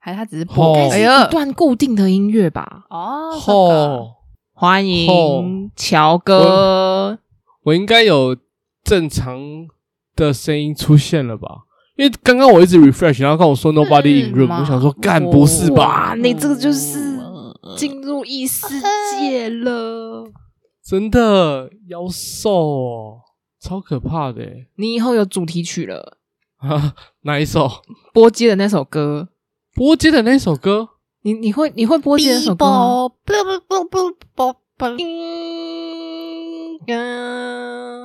S3: 还是他只是
S1: 哦
S3: 播？
S2: 应该
S3: 哎
S2: 是
S3: 呀
S2: 一，段固定的音乐吧。
S3: 哦，
S1: 吼、哦
S2: 欢迎乔哥，
S1: 我应该有正常的声音出现了吧？因为刚刚我一直 refresh，然后跟我说 nobody in
S2: 嗯
S3: 是
S1: room，
S3: 吗
S1: 我想说干不是吧
S2: 哇，？你这个就是进入异世界 [laughs] 了。
S1: 真的妖兽哦，超可怕的欸
S2: 你以后有主题曲了，
S1: 啊！ [laughs] 哪一首？
S2: 波接的那首歌，
S1: 波接的那首歌，
S2: 你你会你会波接那首歌吗？
S3: 不不不不不不，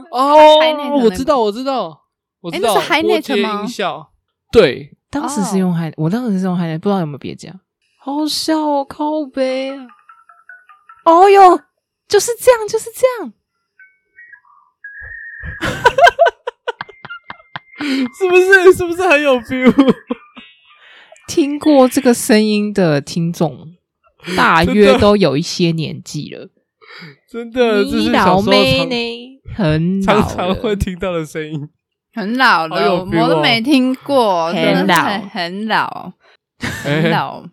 S1: 哦
S3: 海内的那，个
S1: 我知道，我知道，我知道，
S3: 诶那是海内
S1: 波
S3: 特
S1: 接
S3: 吗
S1: 音效，对，
S2: 当时
S1: 哦
S2: 是用海，我当时是用海南，不知道有没有别家。好笑哦，靠背啊！哦哟，就是这样，就是这样。
S1: 是不是？ [laughs] 是不是很有 feel？
S2: 听过这个声音的
S1: [laughs]
S2: 听众，大约都有一些年纪了。
S1: 真的，呃这
S2: 你
S1: 是小
S2: 老
S1: 时候
S2: 妹
S1: 常
S2: 呢？很老
S1: 常常会
S2: 了
S1: 听到的声音。
S3: 很老
S1: 好
S3: 了，
S1: 有
S3: 我
S1: feel 哦
S3: 都没听过，
S2: 很
S3: 真的是
S2: 老
S3: 很很老，
S1: 诶 [laughs]
S3: 很老。
S1: 哎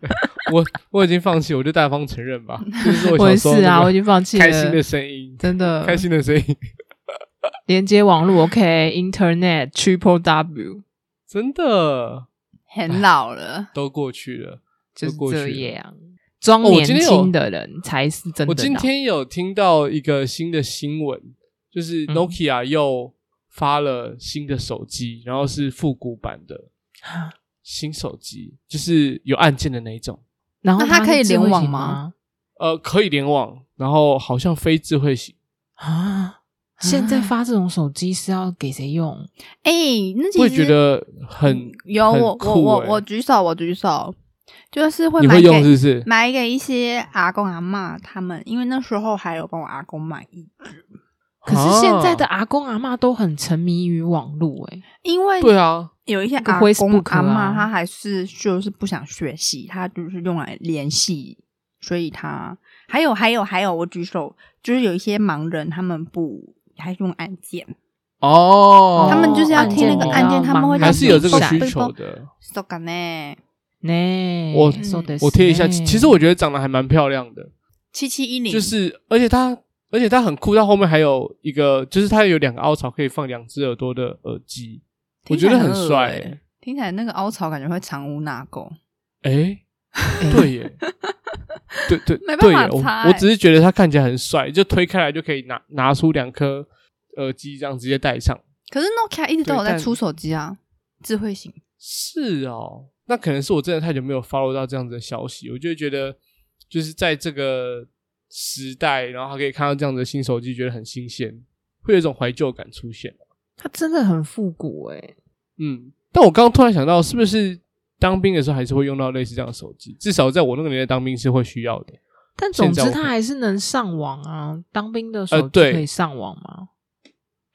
S1: 我我已经放弃，我就大方承认吧。就是我
S2: 我也
S1: 小时候
S2: 是啊，
S1: 那个
S2: 我已经放弃了。
S1: 开心的声音，
S2: 真的
S1: 开心的声音，
S2: 连接网络，OK，Internet Triple W
S1: 真的
S3: 很老了，
S1: 都过去了。
S2: 就
S1: 都
S2: 是
S1: 过去
S2: 这
S1: 了
S2: 样。装
S1: 哦我
S2: 年
S1: 今天有
S2: 轻的人才是真的老。
S1: 我今天有听到一个新的新闻，就是
S2: 嗯
S1: Nokia 又发了新的手机，然后是复古版的
S2: 啊
S1: 新手机，就是有按键的那一种，
S2: 然后
S3: 那它
S2: 它
S3: 可
S2: 是
S3: 以
S2: 智
S3: 联
S2: 慧
S3: 网
S2: 型
S3: 吗
S2: 吗？
S1: 呃，可以联网，然后好像非智慧型。
S2: 啊！现在发这种手机是要给谁用？
S3: 哎，那其
S1: 我也
S3: 实
S1: 觉得很
S3: 有
S1: 很
S3: 我
S1: 酷
S3: 我我
S1: 欸
S3: 我举手，我举手，就是会
S1: 你
S3: 买
S1: 会用
S3: 给
S1: 是不是？
S3: 买给一些阿公阿嬷他们，因为那时候还有帮我阿公买一
S2: 可是现在的
S1: 啊
S2: 阿公阿嬷都很沉迷于网络、欸，
S3: 因为
S1: 对啊，
S3: 有一些
S2: 个
S3: 阿公
S2: Facebook 啊
S3: 阿妈，他还是就是不想学习，他就是用来联系，所以他还有还有还有，我举手，就是有一些盲人他们不还是用按键，
S1: 哦，
S3: 他们就是要听那
S1: 哦
S3: 个按键，他们会
S2: 哦
S1: 还是有这个
S2: 按
S1: 需
S2: 键
S1: 求的。
S3: 手感呢，
S2: 呢，
S1: 我
S2: 说的
S1: 我贴一下，
S2: 是呢
S1: 其实我觉得长得还蛮漂亮的，
S3: 七七一零
S1: 就是而且它而且它很酷，它后面还有一个，就是它有两个凹槽可以放两只耳朵的耳机，我觉得很帅、欸。
S3: 听起来那个凹槽感觉会藏污纳垢，
S1: 哎、对
S3: [laughs]
S1: 耶，对对
S3: 没办
S1: 对
S3: 法
S1: 耶，我
S3: 猜
S1: 我只是觉得它看起来很帅，就推开来就可以拿拿出两颗耳机，这样直接戴上。
S3: 可是 Nokia 一直都有
S1: 对
S3: 在
S1: 但
S3: 出手机啊，智慧型，
S1: 是哦，那可能是我真的太久没有 follow 到这样子的消息，我就会觉得就是在这个时代，然后还可以看到这样子的新手机，觉得很新鲜，会有一种怀旧感出现。
S2: 它真的很复古、欸，
S1: 嗯，但我刚刚突然想到，是不是当兵的时候还是会用到类似这样的手机？至少在我那个年代当兵是会需要的。
S2: 但总
S1: 现在
S2: 之
S1: 我
S2: 它还是能上网啊。当兵的手
S1: 呃
S2: 机
S1: 对
S2: 可以上网吗？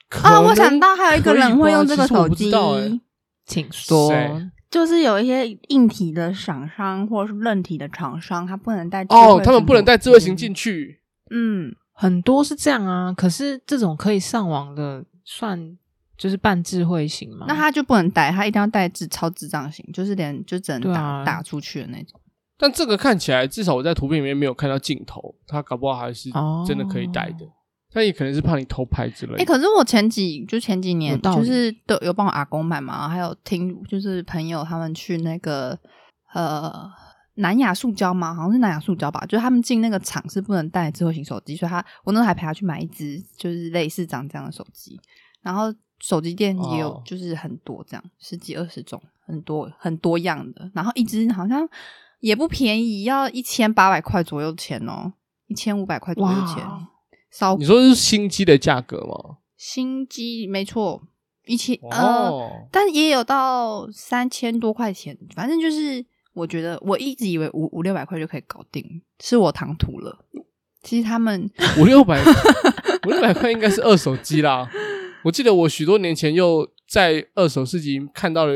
S1: 可
S3: 啊，我
S1: 能
S3: 想到还有一个
S1: 可以
S3: 人会
S1: 吧
S3: 用这
S1: 其
S3: 个
S1: 实我
S3: 手
S1: 不知
S3: 机，
S1: 道欸
S2: 请说。
S1: 谁
S3: 就是有一些硬体的厂商或者是韧体的厂商，他不能带智慧
S1: 哦，
S3: 型
S1: 他们不能带智慧型
S3: 手机
S1: 进。去。
S3: 嗯，
S2: 很多是这样啊，可是这种可以上网的，算就是半智慧型
S1: 啊
S2: 吗？
S3: 那他就不能带，他一定要带智超智障型，就是连就只能
S2: 对
S3: 打、
S2: 啊
S3: 打出去的那种。
S1: 但这个看起来，至少我在图片里面没有看到镜头，它搞不好还是
S2: 哦
S1: 真的可以带的。但也可能是怕你偷拍之类的。
S3: 哎、可是我前几就前几
S2: 有
S3: 年
S2: 道理
S3: 就是都有帮我阿公买嘛，还有听就是朋友他们去那个呃南亚塑胶嘛，好像是南亚塑胶吧，就是他们进那个厂是不能带智慧型手机，所以他我那时候还陪他去买一只就是类似长这样的手机，然后手机店也有
S1: 哦
S3: 就是很多这样、十几二十种，很多很多样的，然后一只好像也不便宜，要一千八百块左右钱哦，一千五百块左右钱
S2: 哇。
S3: 烧
S1: 你说是新机的价格吗？
S3: 新机没错，一千、呃，
S1: 哦，
S3: 但也有到三千多块钱，反正就是我觉得我一直以为五五六百块就可以搞定，是我唐突了。其实他们
S1: 五六百，五六百块应该是二手机啦。我记得我许多年前又在二手市集看到了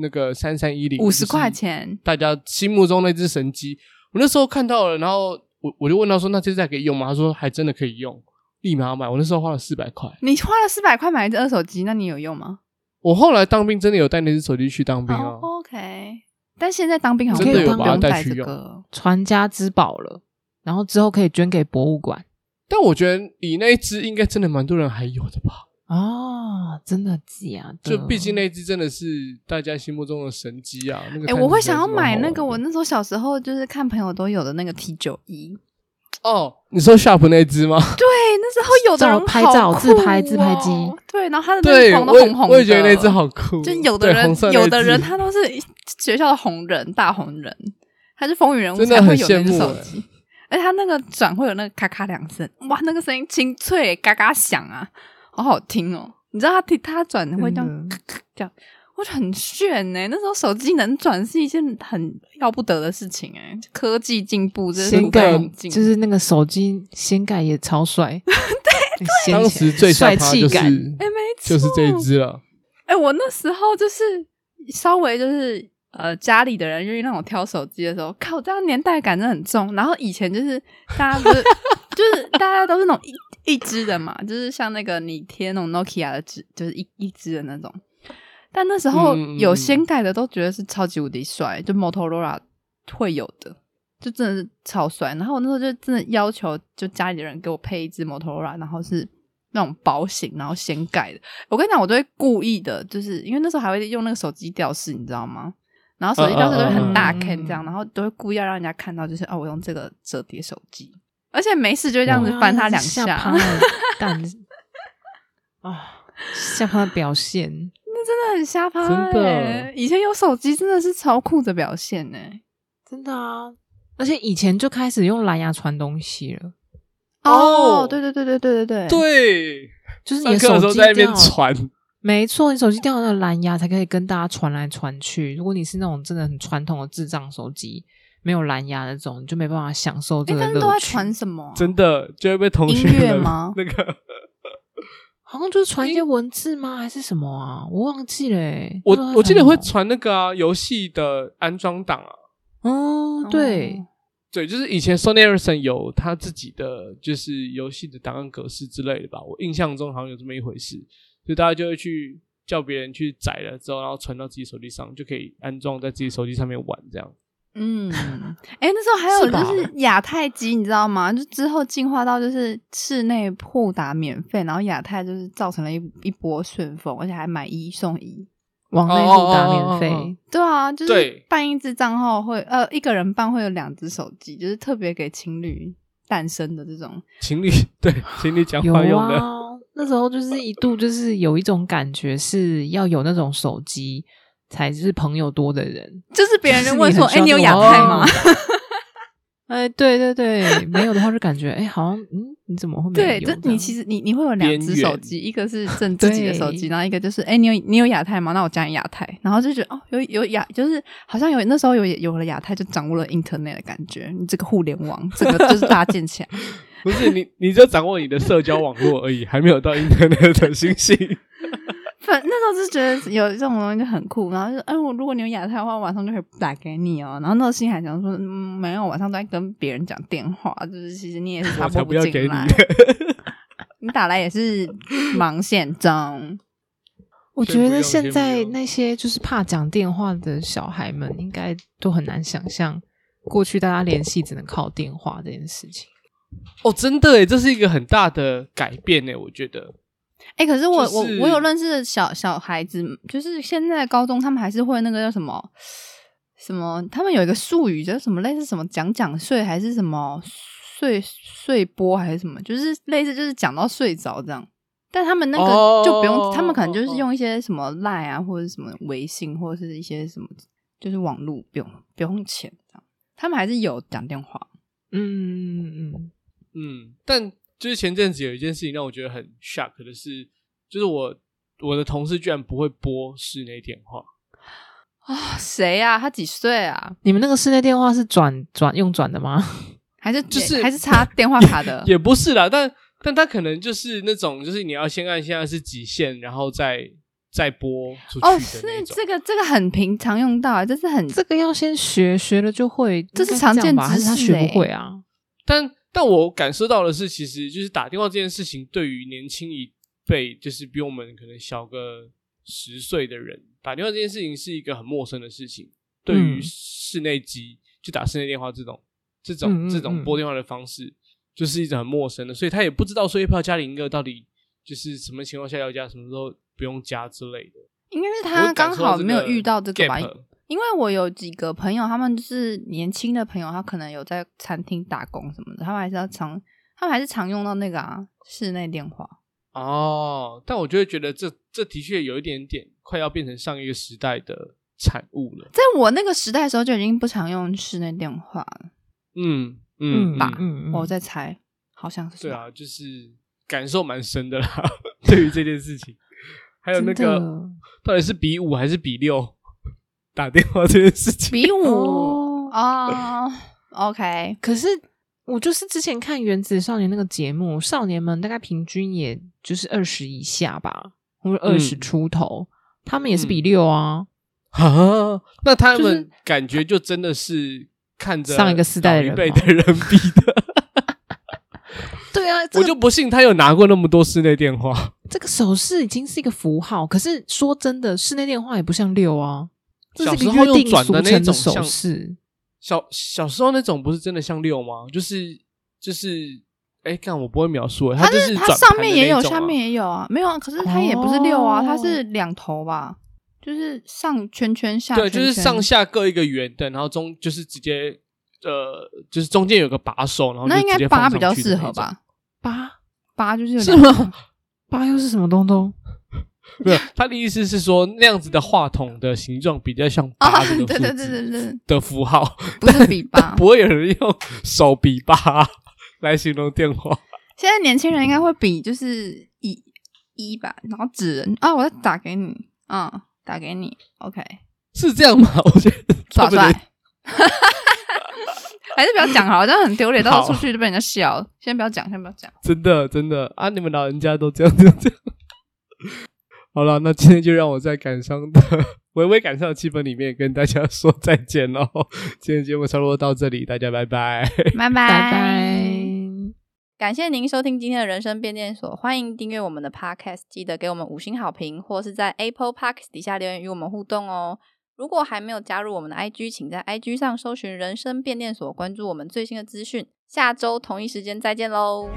S1: 那个三三一零
S3: 五十块，钱，
S1: 大家心目中那只神机。我那时候看到了，然后我我就问他说：“那这只还可以用吗？”他说：“还真的可以用，立马买。”我那时候花了四百块。
S3: 你花了四百块买一只二手机，那你有用吗、
S1: 我后来当兵真的有带那只手机去当兵
S2: 哦
S1: 啊。
S3: o k 但现在当兵好像
S2: 真的
S3: 不
S2: 有把它
S3: 用
S1: 带
S3: 带
S1: 去
S3: 这
S1: 用
S3: 个，
S2: 传家之宝了，然后之后可以捐给博物馆
S1: 但我觉得你那一只应该真的蛮多人还有的吧？
S2: 哦，真的假的？
S3: 啊
S1: 就毕竟那只真的是大家心目中的神机啊。那个
S3: 哎、
S1: 看
S3: 我会
S1: 起来
S3: 想要
S1: 是蛮好
S3: 买那
S1: 玩
S3: 个
S1: 的
S3: 我那时候小时候就是看朋友都有的那个 T 九
S1: [laughs]
S3: 一，
S1: 哦，你说 Sharp 那只吗？
S3: 对，那时候有的人
S2: 照拍
S3: 好
S2: 照
S3: 酷
S2: 自拍自拍
S3: 哦
S2: 机，
S3: 对，然后它的 [laughs] 那
S1: 对，
S3: 个
S1: 我
S3: 黄都红红的，
S1: 我也觉得那只好酷。
S3: 就有
S1: 嗯
S3: 的
S1: 对红色
S3: 人，
S1: 那
S3: 有的
S1: 只
S3: 人他都是学校的红人，大红人，他是风云人物
S1: 真的
S3: 才会
S1: 很
S3: 有那只
S1: 羡慕
S3: 手
S1: 欸
S3: 机。而且他那个转会有那个咔咔两声，哇，那个声音清脆，嘎嘎响啊，好好听哦。你知道他听他转会这样
S2: 真的
S3: 咔咔这样，我觉得很炫呢、那时候手机能转是一件很要不得的事情哎、科技进步真是
S2: 掀
S3: 突飞
S2: 盖
S3: 猛进，
S2: 就是那个手机掀盖也
S1: [laughs]
S2: 超帅，对对
S1: 当时最吓
S2: 帅
S1: 趴
S2: 气
S1: 就是
S2: 感，
S3: 哎、没
S1: 就
S3: 错，
S1: 是这一只了。
S3: 哎、我那时候就是稍微就是呃，家里的人愿意让我挑手机的时候，靠，这样年代感真的很重。然后以前就是大家不是 [laughs] 就是大家都是那种一一只的嘛，就是像那个你贴那种 Nokia 的纸，就是一一只的那种。但那时候
S1: 嗯嗯嗯
S3: 有掀盖的都觉得是超级无敌帅，就 Motorola 会有的，就真的是超帅。然后我那时候就真的要求，就家里的人给我配一只 Motorola，然后是那种薄型，然后掀盖的。我跟你讲，我都会故意的，就是因为那时候还会用那个手机吊饰，你知道吗？然后手机吊饰都会很大
S2: 嗯嗯嗯
S3: can 这样，然后都会故意要让人家看到，就是哦，我用这个折叠手机，而且没事就会这样子翻它两
S2: 下，
S3: 下，
S2: 趴了
S3: [laughs]
S2: 干啊，吓趴的表现。
S3: 真的很瞎趴、欸。
S1: 真的
S3: 以前有手机真的是超酷的表现呢、
S2: 真的啊！而且以前就开始用蓝牙传东西了，
S1: 哦
S3: 对对对对对对对，
S1: 对，
S2: 就是你
S1: 上课的
S2: 的
S1: 时
S2: 手
S1: 候
S2: 机
S1: 在那边
S2: 掉
S1: 传，
S2: 没错，你手机掉了蓝牙才可以跟大家传来传去。如果你是那种真的很传统的智障手机，没有蓝牙那种，你就没办法享受这个乐
S3: 哎、但
S2: 趣。
S3: 是都在传什么啊、
S1: 真的就会被同学
S3: 音乐
S1: 的
S3: 吗
S1: [laughs] 那
S3: [laughs]
S1: 个
S2: 好像就是传一些文字吗？还是什么啊？我忘记了欸、
S1: 我
S2: 不
S3: 啊
S2: 知道
S1: 我记得会
S2: 在传
S1: 传那个啊游戏的安装档啊。
S2: 什么哦，对，
S1: 对，就是以前 Sony Ericsson 有他自己的就是游戏的档案格式之类的吧，我印象中好像有这么一回事，所以大家就会去叫别人去载了之后，然后传到自己手机上，就可以安装在自己手机上面玩这样。
S3: 嗯，哎、那时候还有
S2: 是吧
S3: 就是亚太机，你知道吗？就之后进化到就是室内互打免费，然后亚太就是造成了一一波旋风，而且还买一送一。
S2: 往内部打免
S1: 哦哦哦哦
S2: 费，
S3: 对啊，就是
S1: 对
S3: 办一只账号会呃一个人办会有两只手机，就是特别给情侣诞生的这种。
S1: 情侣 [laughs] 对情侣讲
S2: 有
S1: 话哦用的，
S2: 啊，那时候就是一度就是有一种感觉是要有那种手机才是朋友多的人。
S3: 就是别人就问说：“哎、
S2: [laughs] 就是
S3: 你
S2: 你
S3: 有
S2: 很需
S3: 亚
S2: 要
S3: 太
S2: 这种哦
S3: 吗
S2: 哎，对对对，没有的话就感觉哎，好像嗯，你怎么会？”没有
S3: 对，
S2: 样？
S3: 就你其实你你会有两只手机，一个是正自
S2: 对
S3: 己的手机，然后一个就是哎、你有你有亚太吗？那我加你亚太，然后就觉得哦，有有亚，就是好像有那时候有有了亚太，就掌握了 internet 的感觉，你这个互联网，这个就是搭建起来。 [laughs]
S1: 不是你，你只有掌握你的社交网络而已，还没有
S3: [laughs]
S1: 到 [laughs] Internet 的星星。
S3: 反那时候就觉得有这种东西就很酷，然后就哎，我如果你有亚太的话，晚上就可以打给你哦。然后那时候心里还想说，嗯，没有，晚上都在跟别人讲电话，就是其实你也是插
S1: [laughs] 我才
S3: 播
S1: 不要给
S3: 进
S1: 你
S3: 来， [laughs] 你打来也是忙线中。
S2: 我
S1: 先
S2: 觉
S1: 不
S2: 得
S1: 用
S2: 现
S1: 先不
S2: 在
S1: 用
S2: 那些就是怕讲电话的小孩们，应该都很难想象过去大家联系只能靠电话这件事情。
S1: 哦，真的诶，这是一个很大的改变诶，欸我觉得。
S3: 哎、可是我、
S1: 就是
S3: 我我有认识的小小孩子，就是现在高中他们还是会那个叫什么什么，他们有一个术语叫什么类似什么讲讲睡还是什么睡睡波还是什么，就是类似就是讲到睡着这样。但他们那个
S1: 哦
S3: 就不用他们可能就
S1: 哦
S3: 是
S1: 哦
S3: 用一些什么赖啊，或者什么微信，或者是一些什么，就是网络不用不用钱这样。他们还是有讲电话，
S2: 嗯嗯嗯，
S1: 嗯，但就是前阵子有一件事情让我觉得很 shock 的是，就是我我的同事居然不会拨室内电话，
S3: 啊，谁呀、啊？他几岁啊？
S2: 你们那个室内电话是转转用转的吗？
S3: 还是
S1: 就是？
S3: 还是插电话卡的
S1: 也不是啦，但但他可能就是那种，就是你要先按现在是几线，然后再再拨出去
S3: 哦，
S1: 的那
S3: 是
S1: 种。
S3: 这个这个很平常用到、啊，这是很
S2: [laughs] 这个要先学，学了就会，
S3: 这是
S2: 应该
S3: 常见
S2: 样吧？还
S3: 知
S2: 是
S3: 识
S2: 他学
S3: 欸
S2: 不会啊？
S1: 但但我感受到的是，其实就是打电话这件事情，对于年轻一辈，就是比我们可能小个十岁的人，打电话这件事情是一个很陌生的事情。对于
S2: 嗯
S1: 室内机，就打室内电话这种这种
S2: 嗯嗯
S1: 这种
S2: 嗯
S1: 拨电话的方式，就是一种很陌生的，所以他也不知道说一票加零个到底就是什么情况下要加，什么时候不用加之类的。
S3: 应该是
S1: 我
S3: 他
S1: 会感
S3: 刚
S1: 受
S3: 好
S1: 这
S3: 没有
S1: 个
S3: 遇到这个吧，
S1: gap
S3: 因为我有几个朋友，他们就是年轻的朋友，他可能有在餐厅打工什么的，他们还是要常，他们还是常用到那个啊室内电话。
S1: 哦，但我就会觉得这这的确有一点点快要变成上一个时代的产物了。
S3: 在我那个时代的时候就已经不常用室内电话了，
S1: 嗯嗯，
S2: 吧
S1: 吧，，
S2: 嗯
S3: 我在猜，好像是
S1: 对
S3: 吧，
S1: 啊，就是感受蛮深的啦，对于这件事情。还有那
S2: 真的
S1: 个到底是比五还是比六 [laughs] 打电话这件事情，
S3: 比武
S2: 哦。
S3: 哦 OK，
S2: 可是我就是之前看《原子少年》那个节目，少年们大概平均也就是二十以下吧，或者二十
S1: 嗯
S2: 出头，他们也是比
S1: 嗯
S2: 六啊。
S1: 啊， [laughs] 那他
S2: 就是
S1: 们感觉就真的是看着
S2: 上一个世代的
S1: 老
S2: 人
S1: 一辈
S2: 吗
S1: 的人比的，
S2: 对啊， [laughs] 这
S1: 我
S2: 个
S1: 就不信他有拿过那么多室内电话。
S2: 这个手势已经是一个符号。可是说真的，室内电话也不像六啊，这
S1: 小
S2: 是一
S1: 时
S2: 个
S1: 候
S2: 约
S1: 用
S2: 定
S1: 转
S2: 俗
S1: 的那
S2: 成
S1: 种
S2: 手
S1: 像
S2: 势。
S1: 小小时候那种不是真的像六吗？就是就是，哎，看我不会描述，
S3: 它
S1: 就是是
S3: 它
S1: 转
S3: 上
S1: 盘
S3: 面
S1: 的
S3: 也
S1: 那
S3: 有，
S1: 种
S3: 下
S1: 啊
S3: 面也有啊，没有啊，可是它也不是六啊，
S2: 哦
S3: 它是两头吧，就是上圈圈下
S1: 对，
S3: 圈圈，
S1: 就是上。下各一个圆的，然后中就是直接呃，就是中间有个把手，然后
S3: 那
S1: 就
S3: 应
S1: 直
S3: 该
S1: 接
S3: 八
S1: 放上
S3: 比较
S1: 去的
S3: 适
S1: 那
S3: 合
S1: 种？
S3: 吧？
S2: 八
S3: 八就是有
S2: 是
S3: 两
S2: 吗
S3: 头
S2: 八又是什么东东？
S1: 没有，他的意思是说那样子的话筒的形状比较像
S3: 啊
S1: 八这个数字、
S3: 对对对
S1: [laughs]
S3: 对对
S1: 的符号，
S3: 不是比八
S1: 但。不会有人用手比八来形容电话。
S3: 现在年轻人应该会比就是一一吧，然后指人啊，我再打给你啊、嗯打给你，OK，
S1: 是这样吗？我觉得
S3: 耍
S1: 他们的
S3: 帅， [laughs] 还是不要讲好，这样很丢脸，到时
S1: 好
S3: 候出去就被人家笑。先不要讲，先不要
S1: [laughs]
S3: 讲。
S1: 真的真的啊！你们老人家都这样这样这样。好了，那今天就让我在感伤的微微感伤的气氛里面跟大家说再见喽。今天节目差不多到这里，大家拜拜。
S3: 拜拜
S2: 拜拜。
S3: 感谢您收听今天的人生变电所，欢迎订阅我们的 Podcast，记得给我们五星好评，或是在 Apple Podcast 底下留言与我们互动哦。如果还没有加入我们的 IG，请在 IG 上搜寻“人生变电所”，关注我们最新的资讯。下周同一时间再见喽！